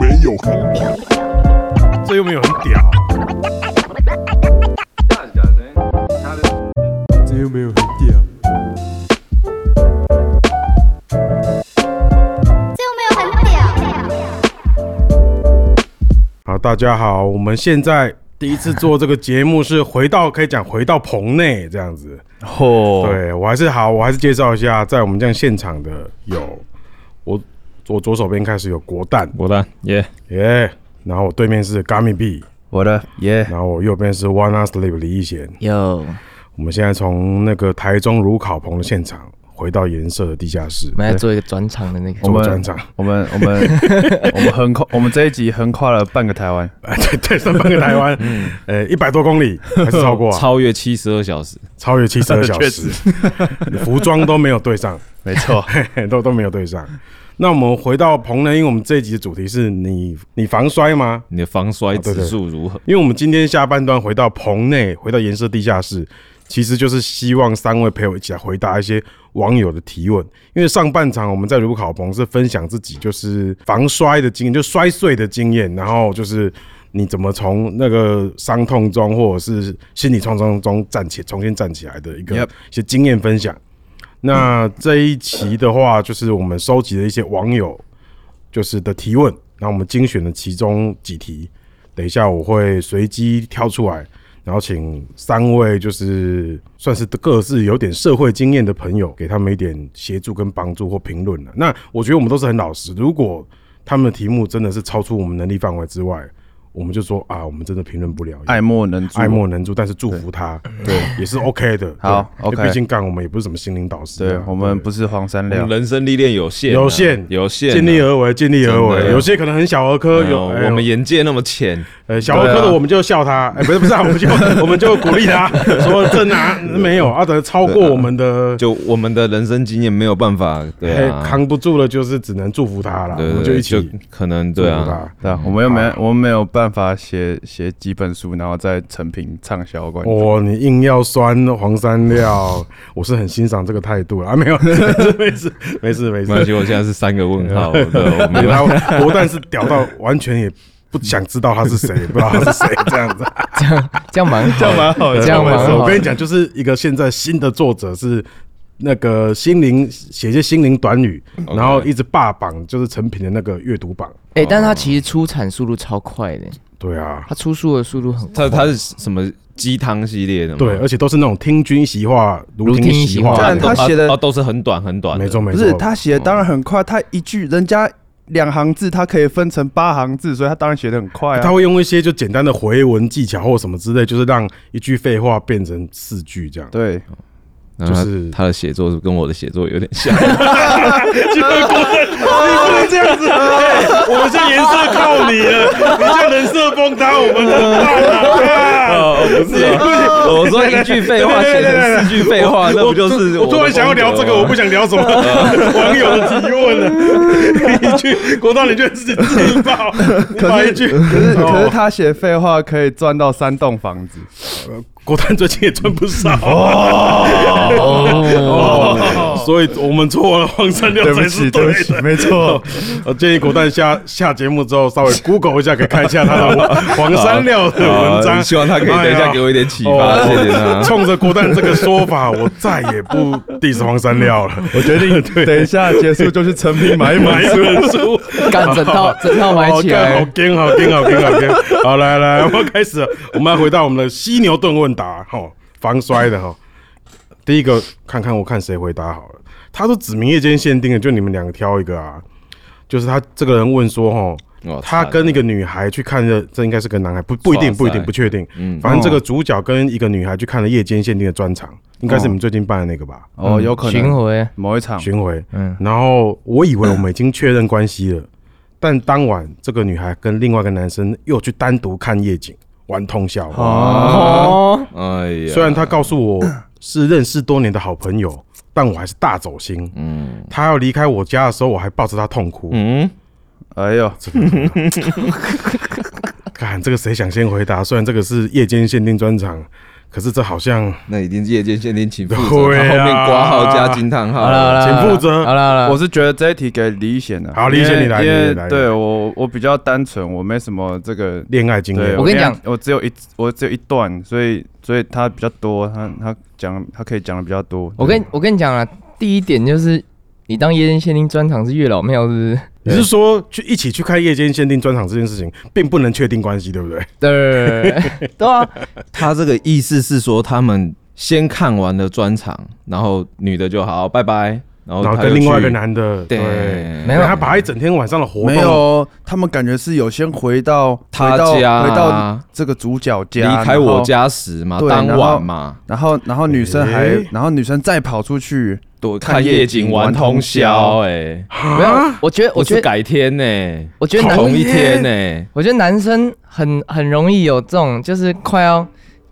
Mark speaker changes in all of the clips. Speaker 1: 没有很屌，
Speaker 2: 这又没有很屌，
Speaker 3: 这又没有很屌，
Speaker 4: 这又没有很屌，
Speaker 2: 好，大家好，我们现在第一次做这个节目是回到可以讲回到棚内这样子。
Speaker 5: 哦，
Speaker 2: 对我还是好，我还是介绍一下，在我们这样现场的有我我左手边开始有国蛋
Speaker 5: 我的耶，
Speaker 2: 耶然后我对面是 Gummy B，
Speaker 5: 我的耶，
Speaker 2: 然后我右边是 One Us Live 李易贤。
Speaker 5: 有，
Speaker 2: 我们现在从那个台中如烤棚的现场回到颜色的地下室
Speaker 6: 我，们来做一个转场的那个
Speaker 5: 我
Speaker 2: 做
Speaker 5: 们
Speaker 2: 专场。
Speaker 5: 我们我们我们横跨，我们这一集横跨了半个台湾，
Speaker 2: 哎，对对，上半个台湾，
Speaker 5: 嗯
Speaker 2: 呃，一百多公里还是超过、啊，超
Speaker 7: 超越七十二小时，
Speaker 2: 超越七十 二小时，服装都没有对上，
Speaker 5: 没错，
Speaker 2: 都都没有对上。那我们回到彭呢，因为我们这一集的主题是你你防摔吗？
Speaker 7: 你的防摔
Speaker 2: 啊对对
Speaker 7: 指数如何？
Speaker 2: 因为我们今天下半段回到棚内，回到颜色地下室，其实就是希望三位陪我一起来回答一些网友的提问。因为上半场我们在如考棚是分享自己就是防摔的经验，就摔碎的经验，然后就是你怎么从那个伤痛中或者是心理创伤中站起，重新站起来的一个
Speaker 5: Yep
Speaker 2: 一些经验分享。那这一期的话，就是我们收集了一些网友就是的提问，然后我们精选了其中几题，等一下我会随机挑出来，然后请三位就是算是各自有点社会经验的朋友，给他们一点协助跟帮助或评论了。啊那我觉得我们都是很老实，如果他们的题目真的是超出我们能力范围之外，我们就说啊，我们真的评论不了。
Speaker 5: 爱莫能助，
Speaker 2: 爱莫能助，但是祝福他，对，也是 OK 的。
Speaker 5: 好
Speaker 2: 对因为
Speaker 5: OK
Speaker 2: 毕竟干我们也不是什么心灵导师啊，
Speaker 5: 对我们不是黄山
Speaker 7: 我
Speaker 5: 料
Speaker 7: 们，人生历练有限啊，
Speaker 2: 有限
Speaker 7: 有限啊，
Speaker 2: 尽力而为，尽力而
Speaker 7: 真
Speaker 2: 为。
Speaker 7: 的
Speaker 2: 有些可能很小儿科，
Speaker 7: 哎呦
Speaker 2: 有哎呦
Speaker 7: 我们眼界那么浅，
Speaker 2: 呃小儿科
Speaker 5: 对
Speaker 2: 的
Speaker 5: 啊
Speaker 2: 我们就笑他，哎，不是不是啊，我们就 我们就鼓励他说真啊没有啊，等超过我们的
Speaker 7: 就我们的人生经验没有办法，对
Speaker 2: 哎
Speaker 7: 啊，
Speaker 2: 扛不住了，就是只能祝福他了，我
Speaker 7: 对
Speaker 2: 们
Speaker 7: 对
Speaker 2: 就一
Speaker 7: 对，
Speaker 2: 起
Speaker 7: 就可能
Speaker 2: 祝
Speaker 7: 对
Speaker 2: 福
Speaker 7: 啊，
Speaker 2: 他。
Speaker 5: 对啊，我们又没我们没有办法写写几本书，然后再成品畅销观众，
Speaker 2: 哦，你硬要酸黄山料，我是很欣赏这个态度了啊，没有， 没事没事没事
Speaker 7: 没，关系，我现在是三个 问号，对，我没
Speaker 2: 因为
Speaker 7: 办
Speaker 2: 他
Speaker 7: 法
Speaker 2: 国蛋是屌到完全也不想知道他是谁，也不知道他是谁这样子。
Speaker 6: 这样蛮好，这样蛮好，这样蛮好。
Speaker 2: 我跟你讲，就是一个现在新的作者是那个心灵写一些心灵短语，
Speaker 7: OK
Speaker 2: 然后一直霸榜，就是成品的那个阅读榜。
Speaker 6: 哎，但是他其实出产速度超快的，
Speaker 2: 对啊，
Speaker 6: 他出书的速度很
Speaker 7: 他他是什么鸡汤系列的吗？
Speaker 2: 对，而啊且都是那种听君席话，如听席
Speaker 6: 如
Speaker 2: 话
Speaker 6: 听
Speaker 5: 但。他
Speaker 7: 啊
Speaker 5: 写的
Speaker 7: 啊都是很短很短的，
Speaker 2: 没错没
Speaker 5: 不
Speaker 2: 错，
Speaker 5: 是他写的当然很快，他一句人家两行字，他可以分成八行字，所以他当然写的很快
Speaker 2: 他
Speaker 5: 啊。
Speaker 2: 会用一些就简单的回文技巧或什么之类，就是让一句废话变成四句这样。
Speaker 5: 对，
Speaker 7: 然
Speaker 2: 就
Speaker 7: 后他
Speaker 2: 是
Speaker 7: 嗯他的写作是跟我的写作有点 像，
Speaker 2: 我们这颜色靠你了，你这人设崩塌，我们啊的
Speaker 7: 哦，不是 啊，我说一 句废话写成四句废话，那不就是
Speaker 2: 我突然想要聊这个，我不想聊什么网友的提问了。一句国道，你就自己自爆，你把一句
Speaker 5: 可是可是他写废话可以赚到三栋房子，
Speaker 2: 国蛋最近也赚不少哦， 所以我们错了，黄山料
Speaker 5: 对不
Speaker 2: 才
Speaker 5: 起
Speaker 2: 是
Speaker 5: 对不
Speaker 2: 对
Speaker 5: 起，
Speaker 2: 的。
Speaker 5: 没 错，
Speaker 2: 我建议国蛋下下节目之后稍微 Google 一下，可以看一下他的黄山料的文
Speaker 7: 啊
Speaker 2: 章。
Speaker 7: 希望他可以等一
Speaker 2: 哎
Speaker 7: 下
Speaker 2: 呀
Speaker 7: 给我一点启
Speaker 2: 哦
Speaker 7: 发，啊谢谢他。
Speaker 2: 冲着国蛋这个说法，我再也不 diss 黄山料了。我决定 对
Speaker 5: 等一下结束就去成品买一本
Speaker 2: 买一
Speaker 5: 书。
Speaker 2: 本书，
Speaker 6: 干 整套整套买起来
Speaker 2: 好，哦干好干好干好干好 干。好，来来，我们开始了，我们要回到我们的犀牛盾问答，哈，防摔的哈。第一个，看看我看谁回答好了。他都指明夜间限定的，就你们两个挑一个啊。就是他这个人问说，哈，
Speaker 7: 哦
Speaker 2: 他跟一个女孩去看的，这应该是个男孩，不不一定，
Speaker 7: 哇塞
Speaker 2: 不一定，不确定。
Speaker 7: 嗯
Speaker 2: 反正
Speaker 6: 哦
Speaker 2: 这个主角跟一个女孩去看了夜间限定的专场，应该是你们最近办的那个吧，
Speaker 5: 哦，有可
Speaker 6: 巡
Speaker 5: 能
Speaker 6: 回，
Speaker 5: 某一
Speaker 7: 哦
Speaker 5: 场
Speaker 2: 巡回。
Speaker 6: 嗯，
Speaker 2: 然后我以为我们已经确认关系了， 但当晚这个女孩跟另外一个男生又去单独看夜景，玩通宵。
Speaker 5: 啊
Speaker 6: 哦，
Speaker 7: 哎呀，
Speaker 2: 虽然她告诉我是认识多年的好朋友，但我还是大走心。
Speaker 7: 嗯
Speaker 2: 她要离开我家的时候，我还抱着她痛哭。
Speaker 7: 嗯，
Speaker 5: 哎呦，
Speaker 2: 这个， 看这个谁想先回答？虽然这个是夜间限定专场，可是这好像
Speaker 7: 那一定夜间限定，请负责，
Speaker 2: 对啊
Speaker 7: 它后面挂号加惊叹号。
Speaker 6: 好了好了，
Speaker 2: 请负责
Speaker 6: 好了好了，
Speaker 5: 我是觉得这一题给李显的、
Speaker 2: 好李显
Speaker 5: 因为
Speaker 2: 你来
Speaker 5: 因
Speaker 2: 你
Speaker 5: 为
Speaker 2: 来
Speaker 5: 对我我比较单纯，我没什么这个。
Speaker 2: 恋爱经
Speaker 5: 对，
Speaker 2: 验
Speaker 6: 我，跟你讲
Speaker 5: 没有，我只有一我只有一段，所以所以他比较多，他他讲他可以讲的比较多。
Speaker 2: 哦
Speaker 6: 我跟我跟你讲啊，第一点就是你当夜间限定专场是月老庙，是不是？
Speaker 2: 你是说去一起去开夜间限定专场这件事情，并不能确定关系，对不对？
Speaker 6: 对， 对啊，
Speaker 7: 他这个意思是说，他们先看完了专场，然后女的就好拜拜，然后
Speaker 2: 然后
Speaker 7: 哦他
Speaker 2: 跟
Speaker 7: 又
Speaker 2: 另外一
Speaker 7: 去
Speaker 2: 个男的，
Speaker 7: 对
Speaker 2: 因
Speaker 6: 没有
Speaker 2: 为他把他一整天晚上的活
Speaker 5: 没
Speaker 2: 动，
Speaker 5: 有，哦他们感觉是有先回到
Speaker 7: 他
Speaker 5: 回到
Speaker 7: 家啊
Speaker 5: 回到这个主角家，
Speaker 7: 离开
Speaker 5: 然后
Speaker 7: 我，家时嘛，
Speaker 5: 对
Speaker 7: 当
Speaker 5: 然后
Speaker 7: 晚嘛，
Speaker 5: 然后然后女生还
Speaker 2: 诶，
Speaker 5: 然后女生再跑出去，
Speaker 7: 对，
Speaker 5: 看
Speaker 7: 看夜
Speaker 5: 夜景
Speaker 7: 景玩
Speaker 5: 玩
Speaker 7: 通
Speaker 5: 通
Speaker 7: 宵，
Speaker 5: 宵
Speaker 7: 哎，
Speaker 6: 没有，我觉得
Speaker 7: 我
Speaker 6: 我
Speaker 7: 是
Speaker 6: 觉得
Speaker 7: 改天呢，
Speaker 6: 我觉得男
Speaker 7: 同一天呢，
Speaker 6: 我觉得男生很很容易有这种，就是快要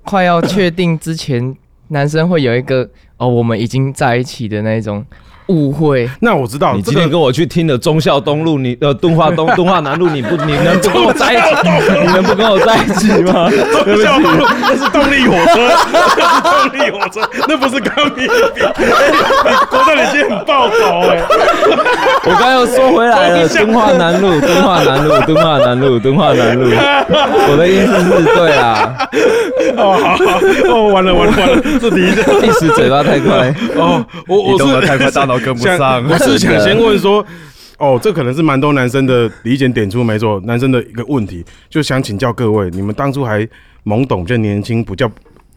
Speaker 6: 快要确定之前，男生会有一个哦，我们已经在一起的那种误会。
Speaker 2: 那我知
Speaker 5: 哦
Speaker 2: 道
Speaker 7: 你
Speaker 2: 这
Speaker 7: 今天
Speaker 2: 个
Speaker 7: 跟我去听了忠孝东路，你呃敦化东 敦化南路，你不你能不跟我在一起？你能不跟我在一起 吗？对不
Speaker 2: 笑
Speaker 7: 起，
Speaker 2: 那是动力火车，那是动力火车，那不是钢笔笔。国道你今天很暴走哎、
Speaker 7: 我刚刚又说回来了，敦化南路，敦化南路，敦化南路，敦化南路。我的意思是，对啊，
Speaker 2: 哦，好好，哦，完了完了完了，这题
Speaker 7: 一时嘴巴太快。
Speaker 2: 哦，我
Speaker 5: 你
Speaker 2: 我
Speaker 5: 动
Speaker 2: 是
Speaker 5: 得太快，大脑跟不上
Speaker 2: 想，。我是 想先问说，哦，这可能是蛮多男生的理解点出，没错，男生的一个问题，就想请教各位，你们当初还懵懂、比较年轻、比较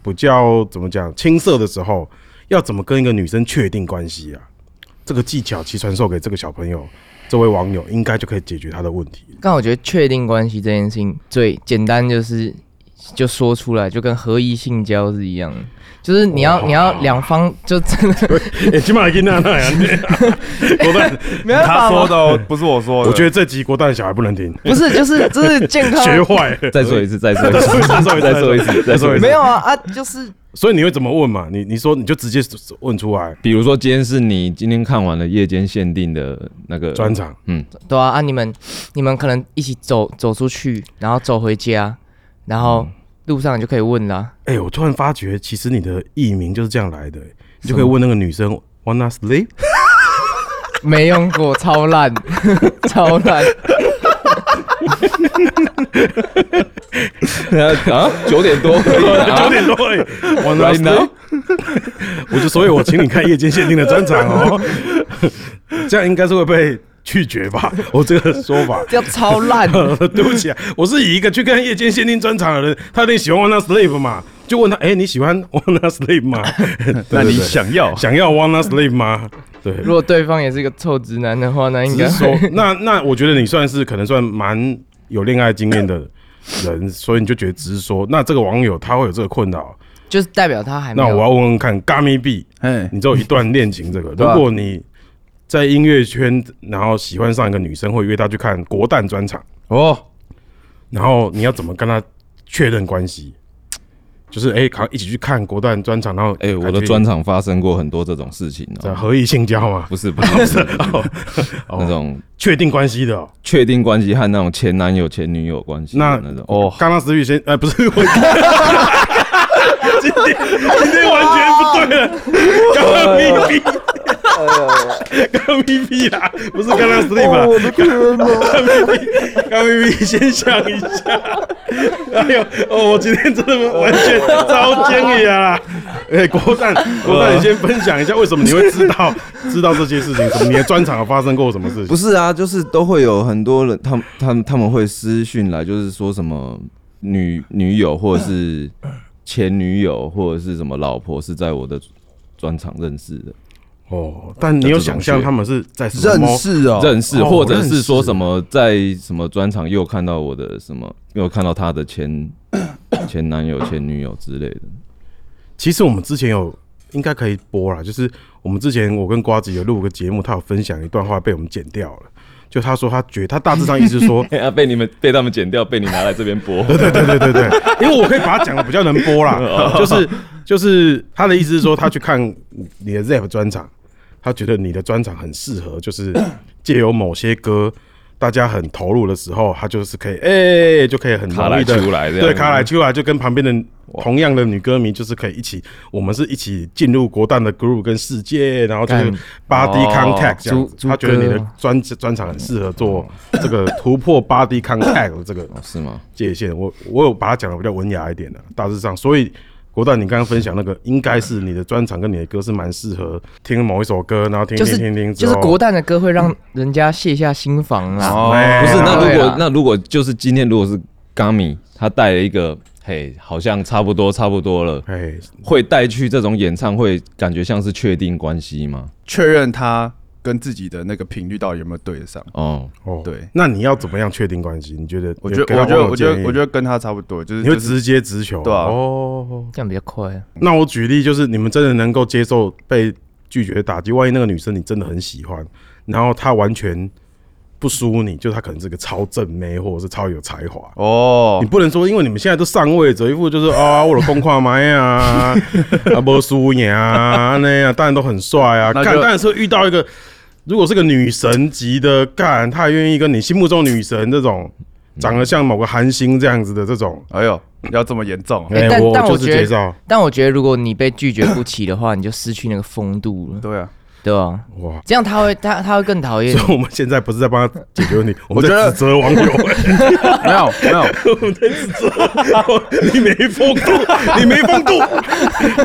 Speaker 2: 比较怎么讲青涩的时候，要怎么跟一个女生确定关系啊？这个技巧其实传授给这个小朋友，这位网友应该就可以解决他的问题。
Speaker 6: 但我觉得确定关系这件事情最简单，就是就说出来，就跟合一性交是一样的，就是你要
Speaker 2: 哇
Speaker 6: 你要两方就真的
Speaker 2: 哎，起码跟那那样， 国蛋，
Speaker 6: 没办
Speaker 5: 他
Speaker 6: 法
Speaker 5: 说
Speaker 6: 吗？
Speaker 5: 的 哦不是我说的，
Speaker 2: 我觉得这集国蛋小孩不能听，
Speaker 6: 不是，就是这是健 康啊
Speaker 2: 学坏了。
Speaker 7: 再说一次，再说一次，再说一次，再说一次
Speaker 6: 没。有啊啊，就是
Speaker 2: 所以你会怎么问嘛？你你说你就直接问出来，
Speaker 7: 比如说，今天是你今天看完了夜间限定的那个
Speaker 2: 专，场。
Speaker 7: 嗯，
Speaker 6: 对啊啊，你们你们可能一起走走出去，然后走回家，然后路上你就可以问啦。
Speaker 2: 哎、我突然发觉，其实你的艺名就是这样来的、你就可以问那个女生 “Wanna sleep”，
Speaker 6: 没用过，超烂， 超烂。
Speaker 7: 啊，九点多可以
Speaker 2: 九
Speaker 7: 啊
Speaker 2: 点 多哎、w a n n a
Speaker 7: ，right now
Speaker 2: sleep，。我就所以，我请你看夜间限定的专场哦， 这样应该是会被拒绝吧？我这个说法。
Speaker 6: 这超烂
Speaker 2: 对不起啊，我是以一个去看夜间限定专场的人，他一定喜欢 Wanna Sleep 嘛，就问他，哎、你喜欢 Wanna Sleep 吗？
Speaker 5: 那你
Speaker 2: 对对对
Speaker 5: 想要
Speaker 2: 想要 Wanna Sleep 吗？对，
Speaker 6: 如果对方也是一个臭直男的话，那应
Speaker 2: 只
Speaker 6: 该
Speaker 2: 是
Speaker 6: 会
Speaker 2: 说，那那我觉得你算是可能算蛮有恋爱经验的人，所以你就觉得只是说，那这个网友他会有这个困扰，
Speaker 6: 就是代表他还没
Speaker 2: 那我
Speaker 6: 有。
Speaker 2: 要问问看，Gummy B，
Speaker 5: 哎，
Speaker 2: 你只有一段恋情这个，
Speaker 5: 对啊
Speaker 2: 如果你在音乐圈，然后喜欢上一个女生，会约她去看国蛋专场，
Speaker 5: 哦，
Speaker 2: 然后你要怎么跟她确认关系？就是哎，好、像一起去看国蛋专场，然后
Speaker 7: 哎、我的专场发生过很多这种事情
Speaker 2: 在
Speaker 7: 哦、
Speaker 2: 合意性交嘛，
Speaker 7: 不是不是 不是那
Speaker 2: 哦，
Speaker 7: 种
Speaker 2: 确定关系的、哦。
Speaker 7: 确定关系和那种前男友前女友关系的
Speaker 2: 那
Speaker 7: 那种
Speaker 2: 哦
Speaker 7: 哦，，
Speaker 2: 刚刚思雨先，呃，不是我，今天今天完全不对了，刚刚咪咪，刚刚咪咪啦，不是刚刚 sleep 啦，刚刚咪咪，刚刚咪咪先想一下，哎呦，哦，我今天真的完全遭奸呀啦，哎，国蛋，国蛋，你先分享一下为什么你会知道知道这些事情，什么你的专场有发生过什么事情
Speaker 7: 不？是啊，就是都会有很多人，他们他们他们会私讯来，就是说什么女女友或者是前女友或者是什么老婆是在我的专场认识的，
Speaker 2: 哦，但你有想象他们是在什么
Speaker 5: 认识哦，
Speaker 7: 认识
Speaker 2: 哦
Speaker 7: 或者
Speaker 2: 认
Speaker 7: 是
Speaker 2: 识
Speaker 7: 说什么在什么专场又看到我的什么，又看到他的前 前男友前女友之类的。，
Speaker 2: 其实我们之前有应该可以播啦，就是我们之前我跟瓜子有录个节目，他有分享一段话被我们剪掉了。就他说他觉他大致上意思是说
Speaker 7: 啊，被你们被他们剪掉，被你拿来这边播。
Speaker 2: 对对对对对， 因为我可以把它讲的比较能播啦，
Speaker 7: 哦
Speaker 2: 就是就是他的意思是说他去看你的 rap 专场，他觉得你的专场很适合，就是借由某些歌。大家很投入的时候，他就是可以哎、就可以很
Speaker 7: 卡
Speaker 2: 容
Speaker 7: 来
Speaker 2: 易的
Speaker 7: 出来这样，
Speaker 2: 对卡来出来就跟旁边的同样的女歌迷就是可以一起，我们是一起进入国蛋的 group 跟世界，然后就是
Speaker 6: 干
Speaker 2: body
Speaker 7: 哦
Speaker 2: contact 这样
Speaker 6: 猪
Speaker 2: 子，
Speaker 6: 猪
Speaker 2: 他觉得你
Speaker 6: 哥
Speaker 2: 的专专场很适合做这个突破 body contact 的这个
Speaker 7: 哦 是吗？
Speaker 2: 界限。我我有把它讲的比较文雅一点的、大致上，所以。国蛋，你刚刚分享那个，应该是你的专场跟你的歌是蛮适合听某一首歌，然后听
Speaker 6: 就
Speaker 2: 听
Speaker 6: 是
Speaker 2: 听听之
Speaker 6: 就
Speaker 2: 后，
Speaker 6: 是国蛋的歌会让人家卸下心防啦。
Speaker 7: 哦
Speaker 2: 哎
Speaker 7: 不是，那
Speaker 6: 对
Speaker 7: 如
Speaker 6: 啦
Speaker 7: 果那如果就是今天如果是 Gummy，他带了一个，嘿，好像差不多差不多了，
Speaker 2: 哎，
Speaker 7: 会带去这种演唱会，感觉像是确定关系吗？
Speaker 5: 确认他跟自己的那个频率到底有没有对得上。
Speaker 7: 哦，
Speaker 2: 哦，
Speaker 5: 对，
Speaker 2: 那你要怎么样确定关系？你觉得？
Speaker 5: 我觉
Speaker 2: 你给
Speaker 5: 得，
Speaker 2: 他
Speaker 5: 我觉得，
Speaker 2: 网友
Speaker 5: 我觉
Speaker 2: 建
Speaker 5: 得，
Speaker 2: 议
Speaker 5: 我觉得跟他差不多，就是
Speaker 2: 你会
Speaker 5: 就是
Speaker 2: 直接直球，
Speaker 5: 对啊
Speaker 2: 哦，
Speaker 6: 这样比较快。啊
Speaker 2: 那我举例就是，你们真的能够接受被拒绝的打击？万一那个女生你真的很喜欢，然后她完全不输你，就她可能是个超正妹，或者是超有才华。
Speaker 5: 哦
Speaker 2: 你，不能说，因为你们现在都上位者，一副就是啊，我的公跨麦啊，啊不输赢啊，那样、当然都很帅啊。
Speaker 5: 那
Speaker 2: 干，
Speaker 5: 就
Speaker 2: 当然是会遇到一个，如果是个女神级的干，她还愿意跟你心目中女神这种长得像某个韩星这样子的这种，
Speaker 5: 哎呦，要这么严重哦？
Speaker 6: 哎但但
Speaker 2: 就
Speaker 6: 我
Speaker 2: 是
Speaker 6: 觉得
Speaker 2: 介绍，
Speaker 6: 但我觉得，如果你被拒绝不起的话，你就失去那个风度了，
Speaker 5: 对啊，
Speaker 6: 对吧？
Speaker 2: 哇，
Speaker 6: 这样他会他他会更讨厌你
Speaker 2: 所。以我们现在不是在帮他解决问题，我们
Speaker 5: 我觉
Speaker 2: 在
Speaker 5: 得
Speaker 2: 指责网友、
Speaker 5: 没有没有，
Speaker 2: 你没风度，你没风度，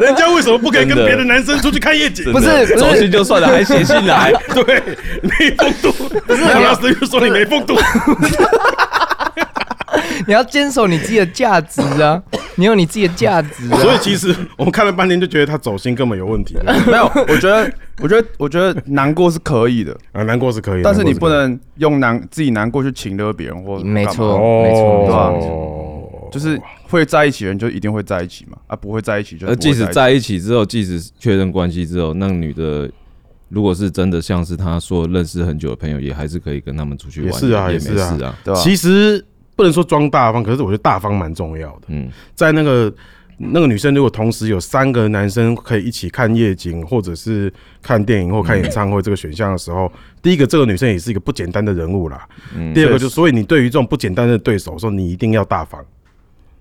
Speaker 2: 人家为什么不可以跟
Speaker 7: 真的
Speaker 2: 别的男生出去看夜景？
Speaker 6: 不是不是
Speaker 7: 走心就算了，还写信 来，
Speaker 2: 对，没风度，不是唐老师就说你没风度，
Speaker 6: 你要坚守你自己的价值啊！你有你自己的价值、啊，
Speaker 2: 所以其实我们看了半天就觉得他走心根本有问题
Speaker 5: 没有，我觉得，我觉得，我觉得难过是可以 的，
Speaker 2: 啊，难过是可以，
Speaker 5: 但是你不
Speaker 2: 难
Speaker 5: 能用难自己难过去请勒别人或
Speaker 6: 嗯没
Speaker 5: 干嘛
Speaker 6: 错
Speaker 2: 过是可以
Speaker 6: 没错没
Speaker 5: 错
Speaker 2: 哦，
Speaker 5: 就是会在一起的人就一定会在一起嘛，啊，不会在一起就
Speaker 7: 而
Speaker 5: 不会
Speaker 7: 呃即使
Speaker 5: 在一起
Speaker 7: 在一起之后，即使确认关系之后，那女的。如果是真的像是他说认识很久的朋友，也还是可以跟他们出去玩，
Speaker 2: 也是啊
Speaker 7: 也
Speaker 2: 也是啊
Speaker 7: 没事啊。
Speaker 5: 对吧？
Speaker 2: 其实不能说装大方，可是我觉得大方蛮重要的。
Speaker 7: 嗯，
Speaker 2: 在那个那个女生如果同时有三个男生可以一起看夜景，或者是看电影或看演唱会这个选项的时候，第一个这个女生也是一个不简单的人物啦。
Speaker 7: 嗯
Speaker 2: 第二个就所以你对于这种不简单的对手说，你一定要大方，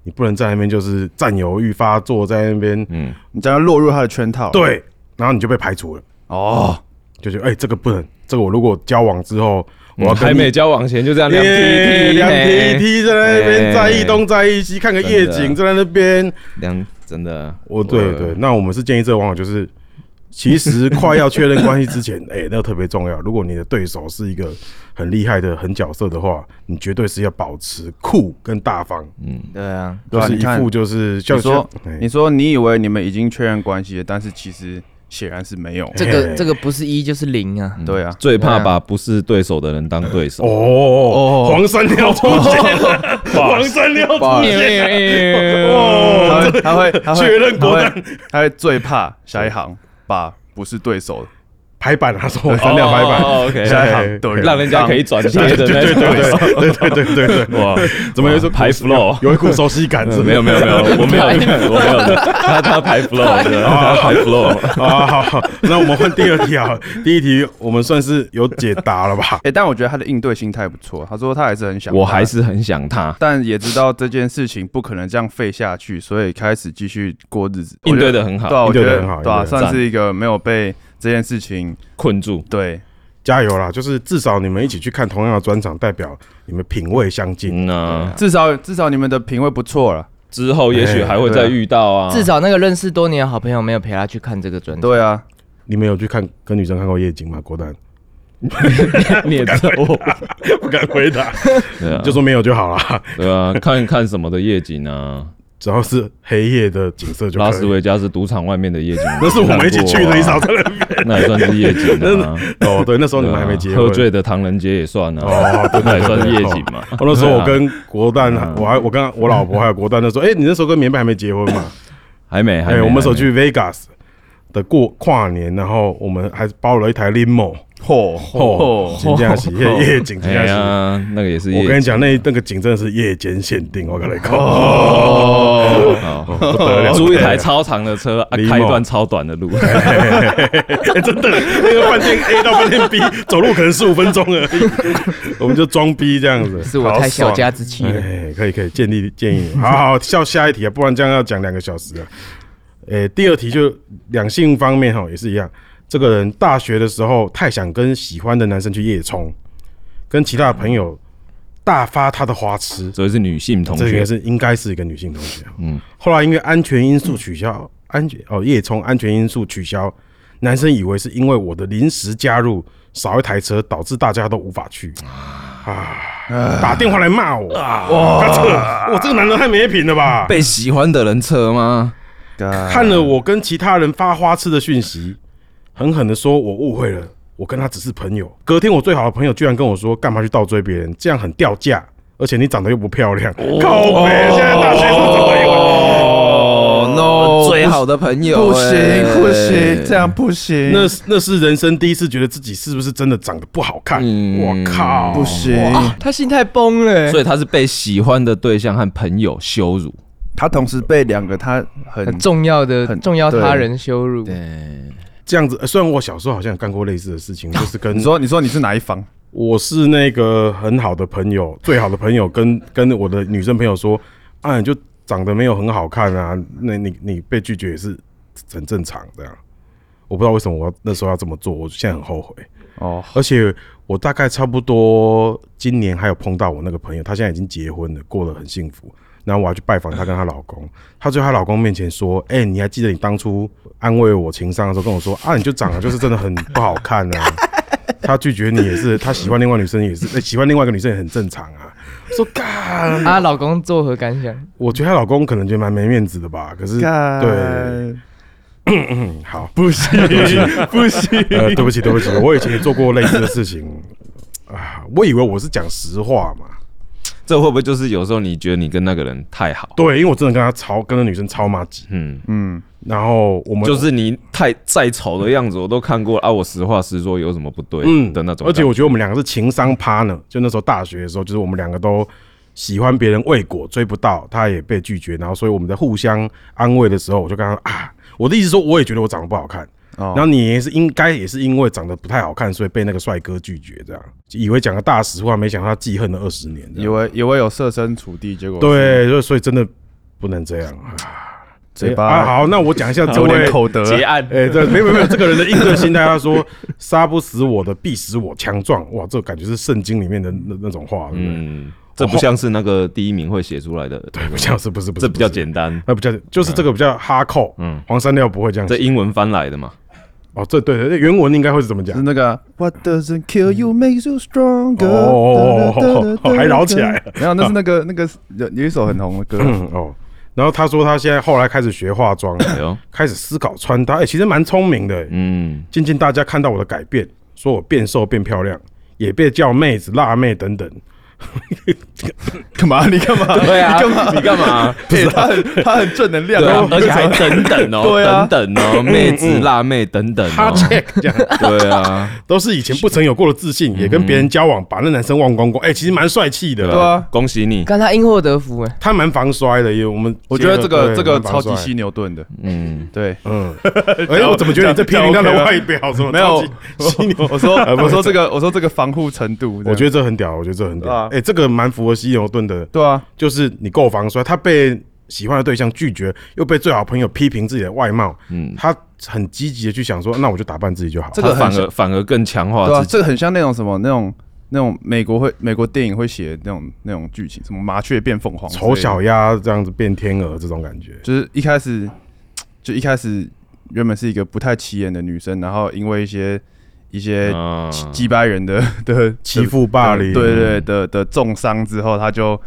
Speaker 2: 你不能在那边就是占有欲发作，在那边
Speaker 7: 嗯，
Speaker 5: 你将要落入他的圈套。
Speaker 2: 对，然后你就被排除了，
Speaker 5: 哦，
Speaker 2: 就觉得哎、这个不能，这个我如果交往之后，我要
Speaker 7: 我嗯还
Speaker 2: 跟
Speaker 7: 没
Speaker 2: 你。
Speaker 7: 交往前就这样两踢
Speaker 2: 耶
Speaker 7: 踢
Speaker 2: 两
Speaker 7: 嘿
Speaker 2: 梯梯在那边
Speaker 7: 哎
Speaker 2: 在意东在意西看个夜景，
Speaker 7: 真
Speaker 2: 在
Speaker 7: 的
Speaker 2: 那边
Speaker 7: 两真的，
Speaker 2: 我哦对对，那我们是建议这个网友就是，其实快要确认关系之前，哎、那个特别重要。如果你的对手是一个很厉害的狠角色的话，你绝对是要保持酷跟大方，
Speaker 7: 嗯，
Speaker 6: 对啊，
Speaker 5: 对啊
Speaker 2: 就是一
Speaker 5: 你看
Speaker 2: 副就是像
Speaker 5: 你说
Speaker 2: 像哎
Speaker 5: 你说你以为你们已经确认关系了，但是其实显然是没有。
Speaker 6: 这
Speaker 2: 嘿
Speaker 6: 个这个不是一就是零
Speaker 7: 嗯
Speaker 6: 啊，
Speaker 5: 对啊，
Speaker 7: 最怕把不是对手的人当对手。
Speaker 2: 哦，黄山料出现了，黄山料出现
Speaker 5: 他
Speaker 2: 了。哦，
Speaker 5: 会他会他会
Speaker 2: 确认果
Speaker 5: 他
Speaker 2: 断
Speaker 5: 会他会最怕下一行把不是对手
Speaker 2: 排版啊，他说黄山料排版，
Speaker 7: 哦，OK，
Speaker 5: 下一
Speaker 2: 哎
Speaker 5: 行对
Speaker 7: 让人家可以转
Speaker 2: 对
Speaker 7: 贴的
Speaker 2: 对
Speaker 7: 那
Speaker 2: 对对
Speaker 7: 种。
Speaker 2: 对对对对对对，
Speaker 7: 哇，
Speaker 2: 怎么有一种
Speaker 7: 排 flow？
Speaker 2: 有一股熟悉感？是
Speaker 7: 嗯没有 没
Speaker 2: 有
Speaker 7: 有没有，我没有我没有，他他排 flow 的，他排 flow。
Speaker 2: 啊，好，好那我们换第二题啊。第一题我们算是有解答了吧？
Speaker 5: 哎、但我觉得他的应对心态不错。他说他还是很想，
Speaker 7: 我还，是很想他，
Speaker 5: 但也知道这件事情不可能这样废下去，所以开始继续过日子。
Speaker 7: 应对
Speaker 5: 的
Speaker 7: 的很
Speaker 5: 对
Speaker 7: 好，
Speaker 5: 啊，我觉
Speaker 2: 应对
Speaker 5: 得
Speaker 2: 得很好
Speaker 5: 对
Speaker 2: 应
Speaker 5: 啊，
Speaker 2: 对得很
Speaker 7: 好
Speaker 5: 算是一个没有被这件事情
Speaker 7: 困住。
Speaker 5: 对
Speaker 2: 加油啦！就是至少你们一起去看同样的专场，代表你们品味相近。
Speaker 7: 嗯
Speaker 2: 啊
Speaker 7: 呐，
Speaker 5: 至少至少你们的品味不错了。
Speaker 7: 之后也许还会再遇到啊。
Speaker 6: 至少那个认识多年的好朋友没有陪他去看这个
Speaker 7: 嗯
Speaker 6: 专辑。
Speaker 5: 对啊，
Speaker 2: 你们有去看跟女生看过夜景吗？郭 丹
Speaker 7: 你也知道，
Speaker 2: 不敢回答，
Speaker 7: 对啊
Speaker 2: 就说没有就好啦。
Speaker 7: 对啊，看看什么的夜景啊，
Speaker 2: 只要是黑夜的景色就
Speaker 7: 拉
Speaker 2: 可
Speaker 7: 斯
Speaker 2: 以。
Speaker 7: 维加斯赌场外面的夜景，
Speaker 2: 那是我们一起去的，你少在 那边。
Speaker 7: 啊那也算是 夜景啊。
Speaker 2: 哦，对，那时候你们还没结婚。
Speaker 7: 喝醉的唐人街也算啊，
Speaker 2: 哦，对
Speaker 7: 那
Speaker 2: 对
Speaker 7: 也
Speaker 2: 对
Speaker 7: 算是
Speaker 2: 对
Speaker 7: 夜景嘛。
Speaker 2: 哦那时候我
Speaker 7: 对啊
Speaker 2: 跟国蛋，我还我跟我老婆还有国蛋那时候，哎，你那时候跟棉被还没结婚嘛？
Speaker 7: 还没，还
Speaker 2: 哎、
Speaker 7: 没，
Speaker 2: 我们那时候
Speaker 7: 还没
Speaker 2: 去 Vegas 的过跨年，然后我们还包了一台 limo，
Speaker 5: 嚯
Speaker 2: 哦，
Speaker 5: 嚯，
Speaker 2: 景加喜夜夜景，景
Speaker 7: 哎
Speaker 2: 加喜。
Speaker 7: 呀，那个也是夜
Speaker 2: 我
Speaker 7: 景，
Speaker 2: 跟你讲，那那个景真的是夜间限定，我跟你讲，
Speaker 5: 哦
Speaker 7: 好
Speaker 2: 不得了，
Speaker 7: 租一台超长的车，啊
Speaker 2: 李某
Speaker 7: 开一段超短的 路。
Speaker 2: 哎，真的，那个饭店 A 到饭店 B，走路可能十五分钟而 已，我们就装逼这样子。
Speaker 6: 是我
Speaker 2: 好
Speaker 6: 太小
Speaker 2: 爽
Speaker 6: 家子气了。
Speaker 2: 哎，可以可以，建立建议。 好好好，笑下一题啊，不然这样要讲两个小时啊。诶、第二题就两性方面哈，也是一样。这个人大学的时候太想跟喜欢的男生去夜冲，跟其他的朋友大发他的花痴，
Speaker 7: 所以是女性同
Speaker 2: 这个
Speaker 7: 学
Speaker 2: 也，是应该是一个女性同学。嗯
Speaker 7: 嗯，
Speaker 2: 后来因为安全因素取消，安全哦夜冲安全因素取消，男生以为是因为我的临时加入少一台车，导致大家都无法去啊，打电话来骂我啊，他这个我这个男人太没品了吧？
Speaker 7: 被喜欢的人车吗？
Speaker 2: 看了我跟其他人发花痴的讯息，狠狠的说我误会了，我跟他只是朋友。隔天我最好的朋友居然跟我说，干嘛去倒追别人，这样很掉价，而且你长得又不漂亮，靠北，现在大学生怎么有？
Speaker 7: 哦 no，最好的朋友
Speaker 5: 不
Speaker 7: 欸
Speaker 5: 行不行，这样不行，
Speaker 2: 那是那是人生第一次觉得自己是不是真的长得不好看？
Speaker 7: 嗯
Speaker 2: 我靠，
Speaker 5: 不行。
Speaker 6: 啊， 他心态崩了欸，
Speaker 7: 所以他是被喜欢的对象和朋友羞辱。
Speaker 5: 他同时被两个他
Speaker 2: 嗯
Speaker 5: 很
Speaker 6: 很重要的
Speaker 5: 很
Speaker 6: 重要
Speaker 5: 对
Speaker 6: 他人羞辱，
Speaker 2: 这样子、呃虽然我小时候好像有干过类似的事情，就是跟
Speaker 5: 你说你说你是哪一方？
Speaker 2: 我是那个很好的朋友，最好的朋友跟跟我的女生朋友说，啊，你就长得没有很好看啊，那你你被拒绝也是很正常这样。我不知道为什么我要那时候要这么做，我现在很后悔。
Speaker 5: 哦，
Speaker 2: 而且我大概差不多今年还有碰到我那个朋友，她现在已经结婚了，过得很幸福。然后我还去拜访她跟她老公，她就在她老公面前说：“哎、你还记得你当初安慰我情伤的时候跟我说啊，你就长得就是真的很不好看啊。”她拒绝你也是，她喜欢另外女生也是，哎喜欢另外一个女生也很正常啊。我说干，
Speaker 6: 啊，老公作何感想？
Speaker 2: 我觉得她老公可能觉得蛮没面子的吧。可是
Speaker 5: 干
Speaker 2: 对，好，
Speaker 5: 不 行不行，
Speaker 2: 呃，对不起，对不起，我以前也做过类似的事情啊。我以为我是讲实话嘛，
Speaker 7: 这会不会就是有时候你觉得你跟那个人太好，
Speaker 2: 对，因为我真的跟她超，跟那女生超妈鸡，
Speaker 7: 嗯，
Speaker 5: 嗯，
Speaker 2: 然后我们
Speaker 7: 就是你太再丑的样子我都看过啊，我实话实说有什么不对的那
Speaker 2: 嗯
Speaker 7: 种
Speaker 2: 而
Speaker 7: 感觉。
Speaker 2: 且我觉得我们两个是情商趴呢，就那时候大学的时候，就是我们两个都喜欢别人未果，追不到，她也被拒绝，然后所以我们在互相安慰的时候，我就跟她说啊，我的意思是说我也觉得我长得不好看，
Speaker 5: 哦
Speaker 2: 然后你也是应该也是因为长得不太好看，所以被那个帅哥拒绝，这样就以为讲个大实话，没想到他记恨了二十年这样，
Speaker 5: 以为以为有设身处地，结果
Speaker 2: 对，所以所以真的不能这样啊。
Speaker 5: 嘴
Speaker 2: 啊，
Speaker 5: 巴
Speaker 2: 好，那我讲一下这
Speaker 5: 有
Speaker 2: 位
Speaker 5: 点口德，啊
Speaker 7: 结案，
Speaker 2: 哎、这没有没有没有这个人的应对心态，他说“杀不死我的，必使我强壮”。哇，这感觉是圣经里面的那那种话，对不对？
Speaker 7: 嗯，这不像是那个第一名会写出来的，对，
Speaker 2: 不像是不是不是，
Speaker 7: 这比较简单，
Speaker 2: 那比较就是这个比较哈扣。嗯
Speaker 7: 嗯，
Speaker 2: 黄山料不会这样
Speaker 7: 这
Speaker 2: 写。
Speaker 7: 英文翻来的嘛。
Speaker 2: 哦，这对对，原文应该会是怎么讲
Speaker 5: 是？那个 What doesn't kill you makes you
Speaker 2: 哦
Speaker 5: stronger
Speaker 2: 嗯哦哦哦哦，还绕起来。了。
Speaker 5: 没有，那是那个那个有有一首很红的歌，
Speaker 2: 嗯哦，然后他说他现在后来开始学化妆，
Speaker 7: 哎呦，
Speaker 2: 开始思考穿搭，哎、其实蛮聪明的、
Speaker 7: 嗯，
Speaker 2: 渐渐大家看到我的改变，说我变瘦变漂亮，也被叫妹子、辣妹等等。
Speaker 7: 嗯
Speaker 5: 干嘛？你 干嘛？
Speaker 7: 对啊， 你干嘛？
Speaker 5: 对， 他很他很正能量，
Speaker 7: 对
Speaker 5: 然
Speaker 7: 啊
Speaker 5: 后，
Speaker 7: 而且还等等哦，
Speaker 5: 对啊
Speaker 7: 等等哦，妹子辣妹等等
Speaker 2: 哈
Speaker 7: 哦，
Speaker 2: check 这样。
Speaker 7: 对啊，
Speaker 2: 都是以前不曾有过的自
Speaker 5: 嗯
Speaker 2: 信，也跟别人交往，把那男生忘光光。哎、其实蛮帅气的，
Speaker 5: 对啊，
Speaker 7: 恭喜你，
Speaker 6: 看他因祸得福哎，
Speaker 2: 他蛮防摔的，因为我们
Speaker 5: 我觉得这个
Speaker 2: 对
Speaker 5: 这个
Speaker 2: 蛮
Speaker 5: 超
Speaker 2: 防
Speaker 5: 级
Speaker 2: 摔
Speaker 5: 犀牛顿的，
Speaker 7: 嗯，
Speaker 5: 对，
Speaker 2: 嗯，哎、我怎么觉得你在批评他的外 表？什么
Speaker 5: 没有
Speaker 2: 超级犀 牛？
Speaker 5: 我说
Speaker 2: 呃不是
Speaker 5: 我说这个我说这个防护程度，
Speaker 2: 我觉
Speaker 5: 得
Speaker 2: 得这很屌，我觉得这很屌。哎、
Speaker 5: 对啊
Speaker 2: 这个蛮符合犀牛顿的，
Speaker 5: 对啊，
Speaker 2: 就是你够防摔，他被喜欢的对象拒绝，又被最好朋友批评自己的外貌，嗯，他很积极的去想说，那我就打扮自己就好。
Speaker 5: 这个
Speaker 7: 他反
Speaker 5: 很像
Speaker 7: 而反而更强化
Speaker 5: 对啊，
Speaker 7: 自己。
Speaker 5: 这个很像那种什么那种那种美国会美国电影会写的那种那种剧情，什么麻雀变凤凰之类的，
Speaker 2: 丑小鸭这样子变天鹅这种感觉，
Speaker 5: 就是一开始就一开始原本是一个不太起眼的女生，然后因为一些一些
Speaker 7: 嗯
Speaker 5: 鸡鸡巴人的的
Speaker 2: 啊 欺负霸凌，
Speaker 5: 对对的的重伤之后，她就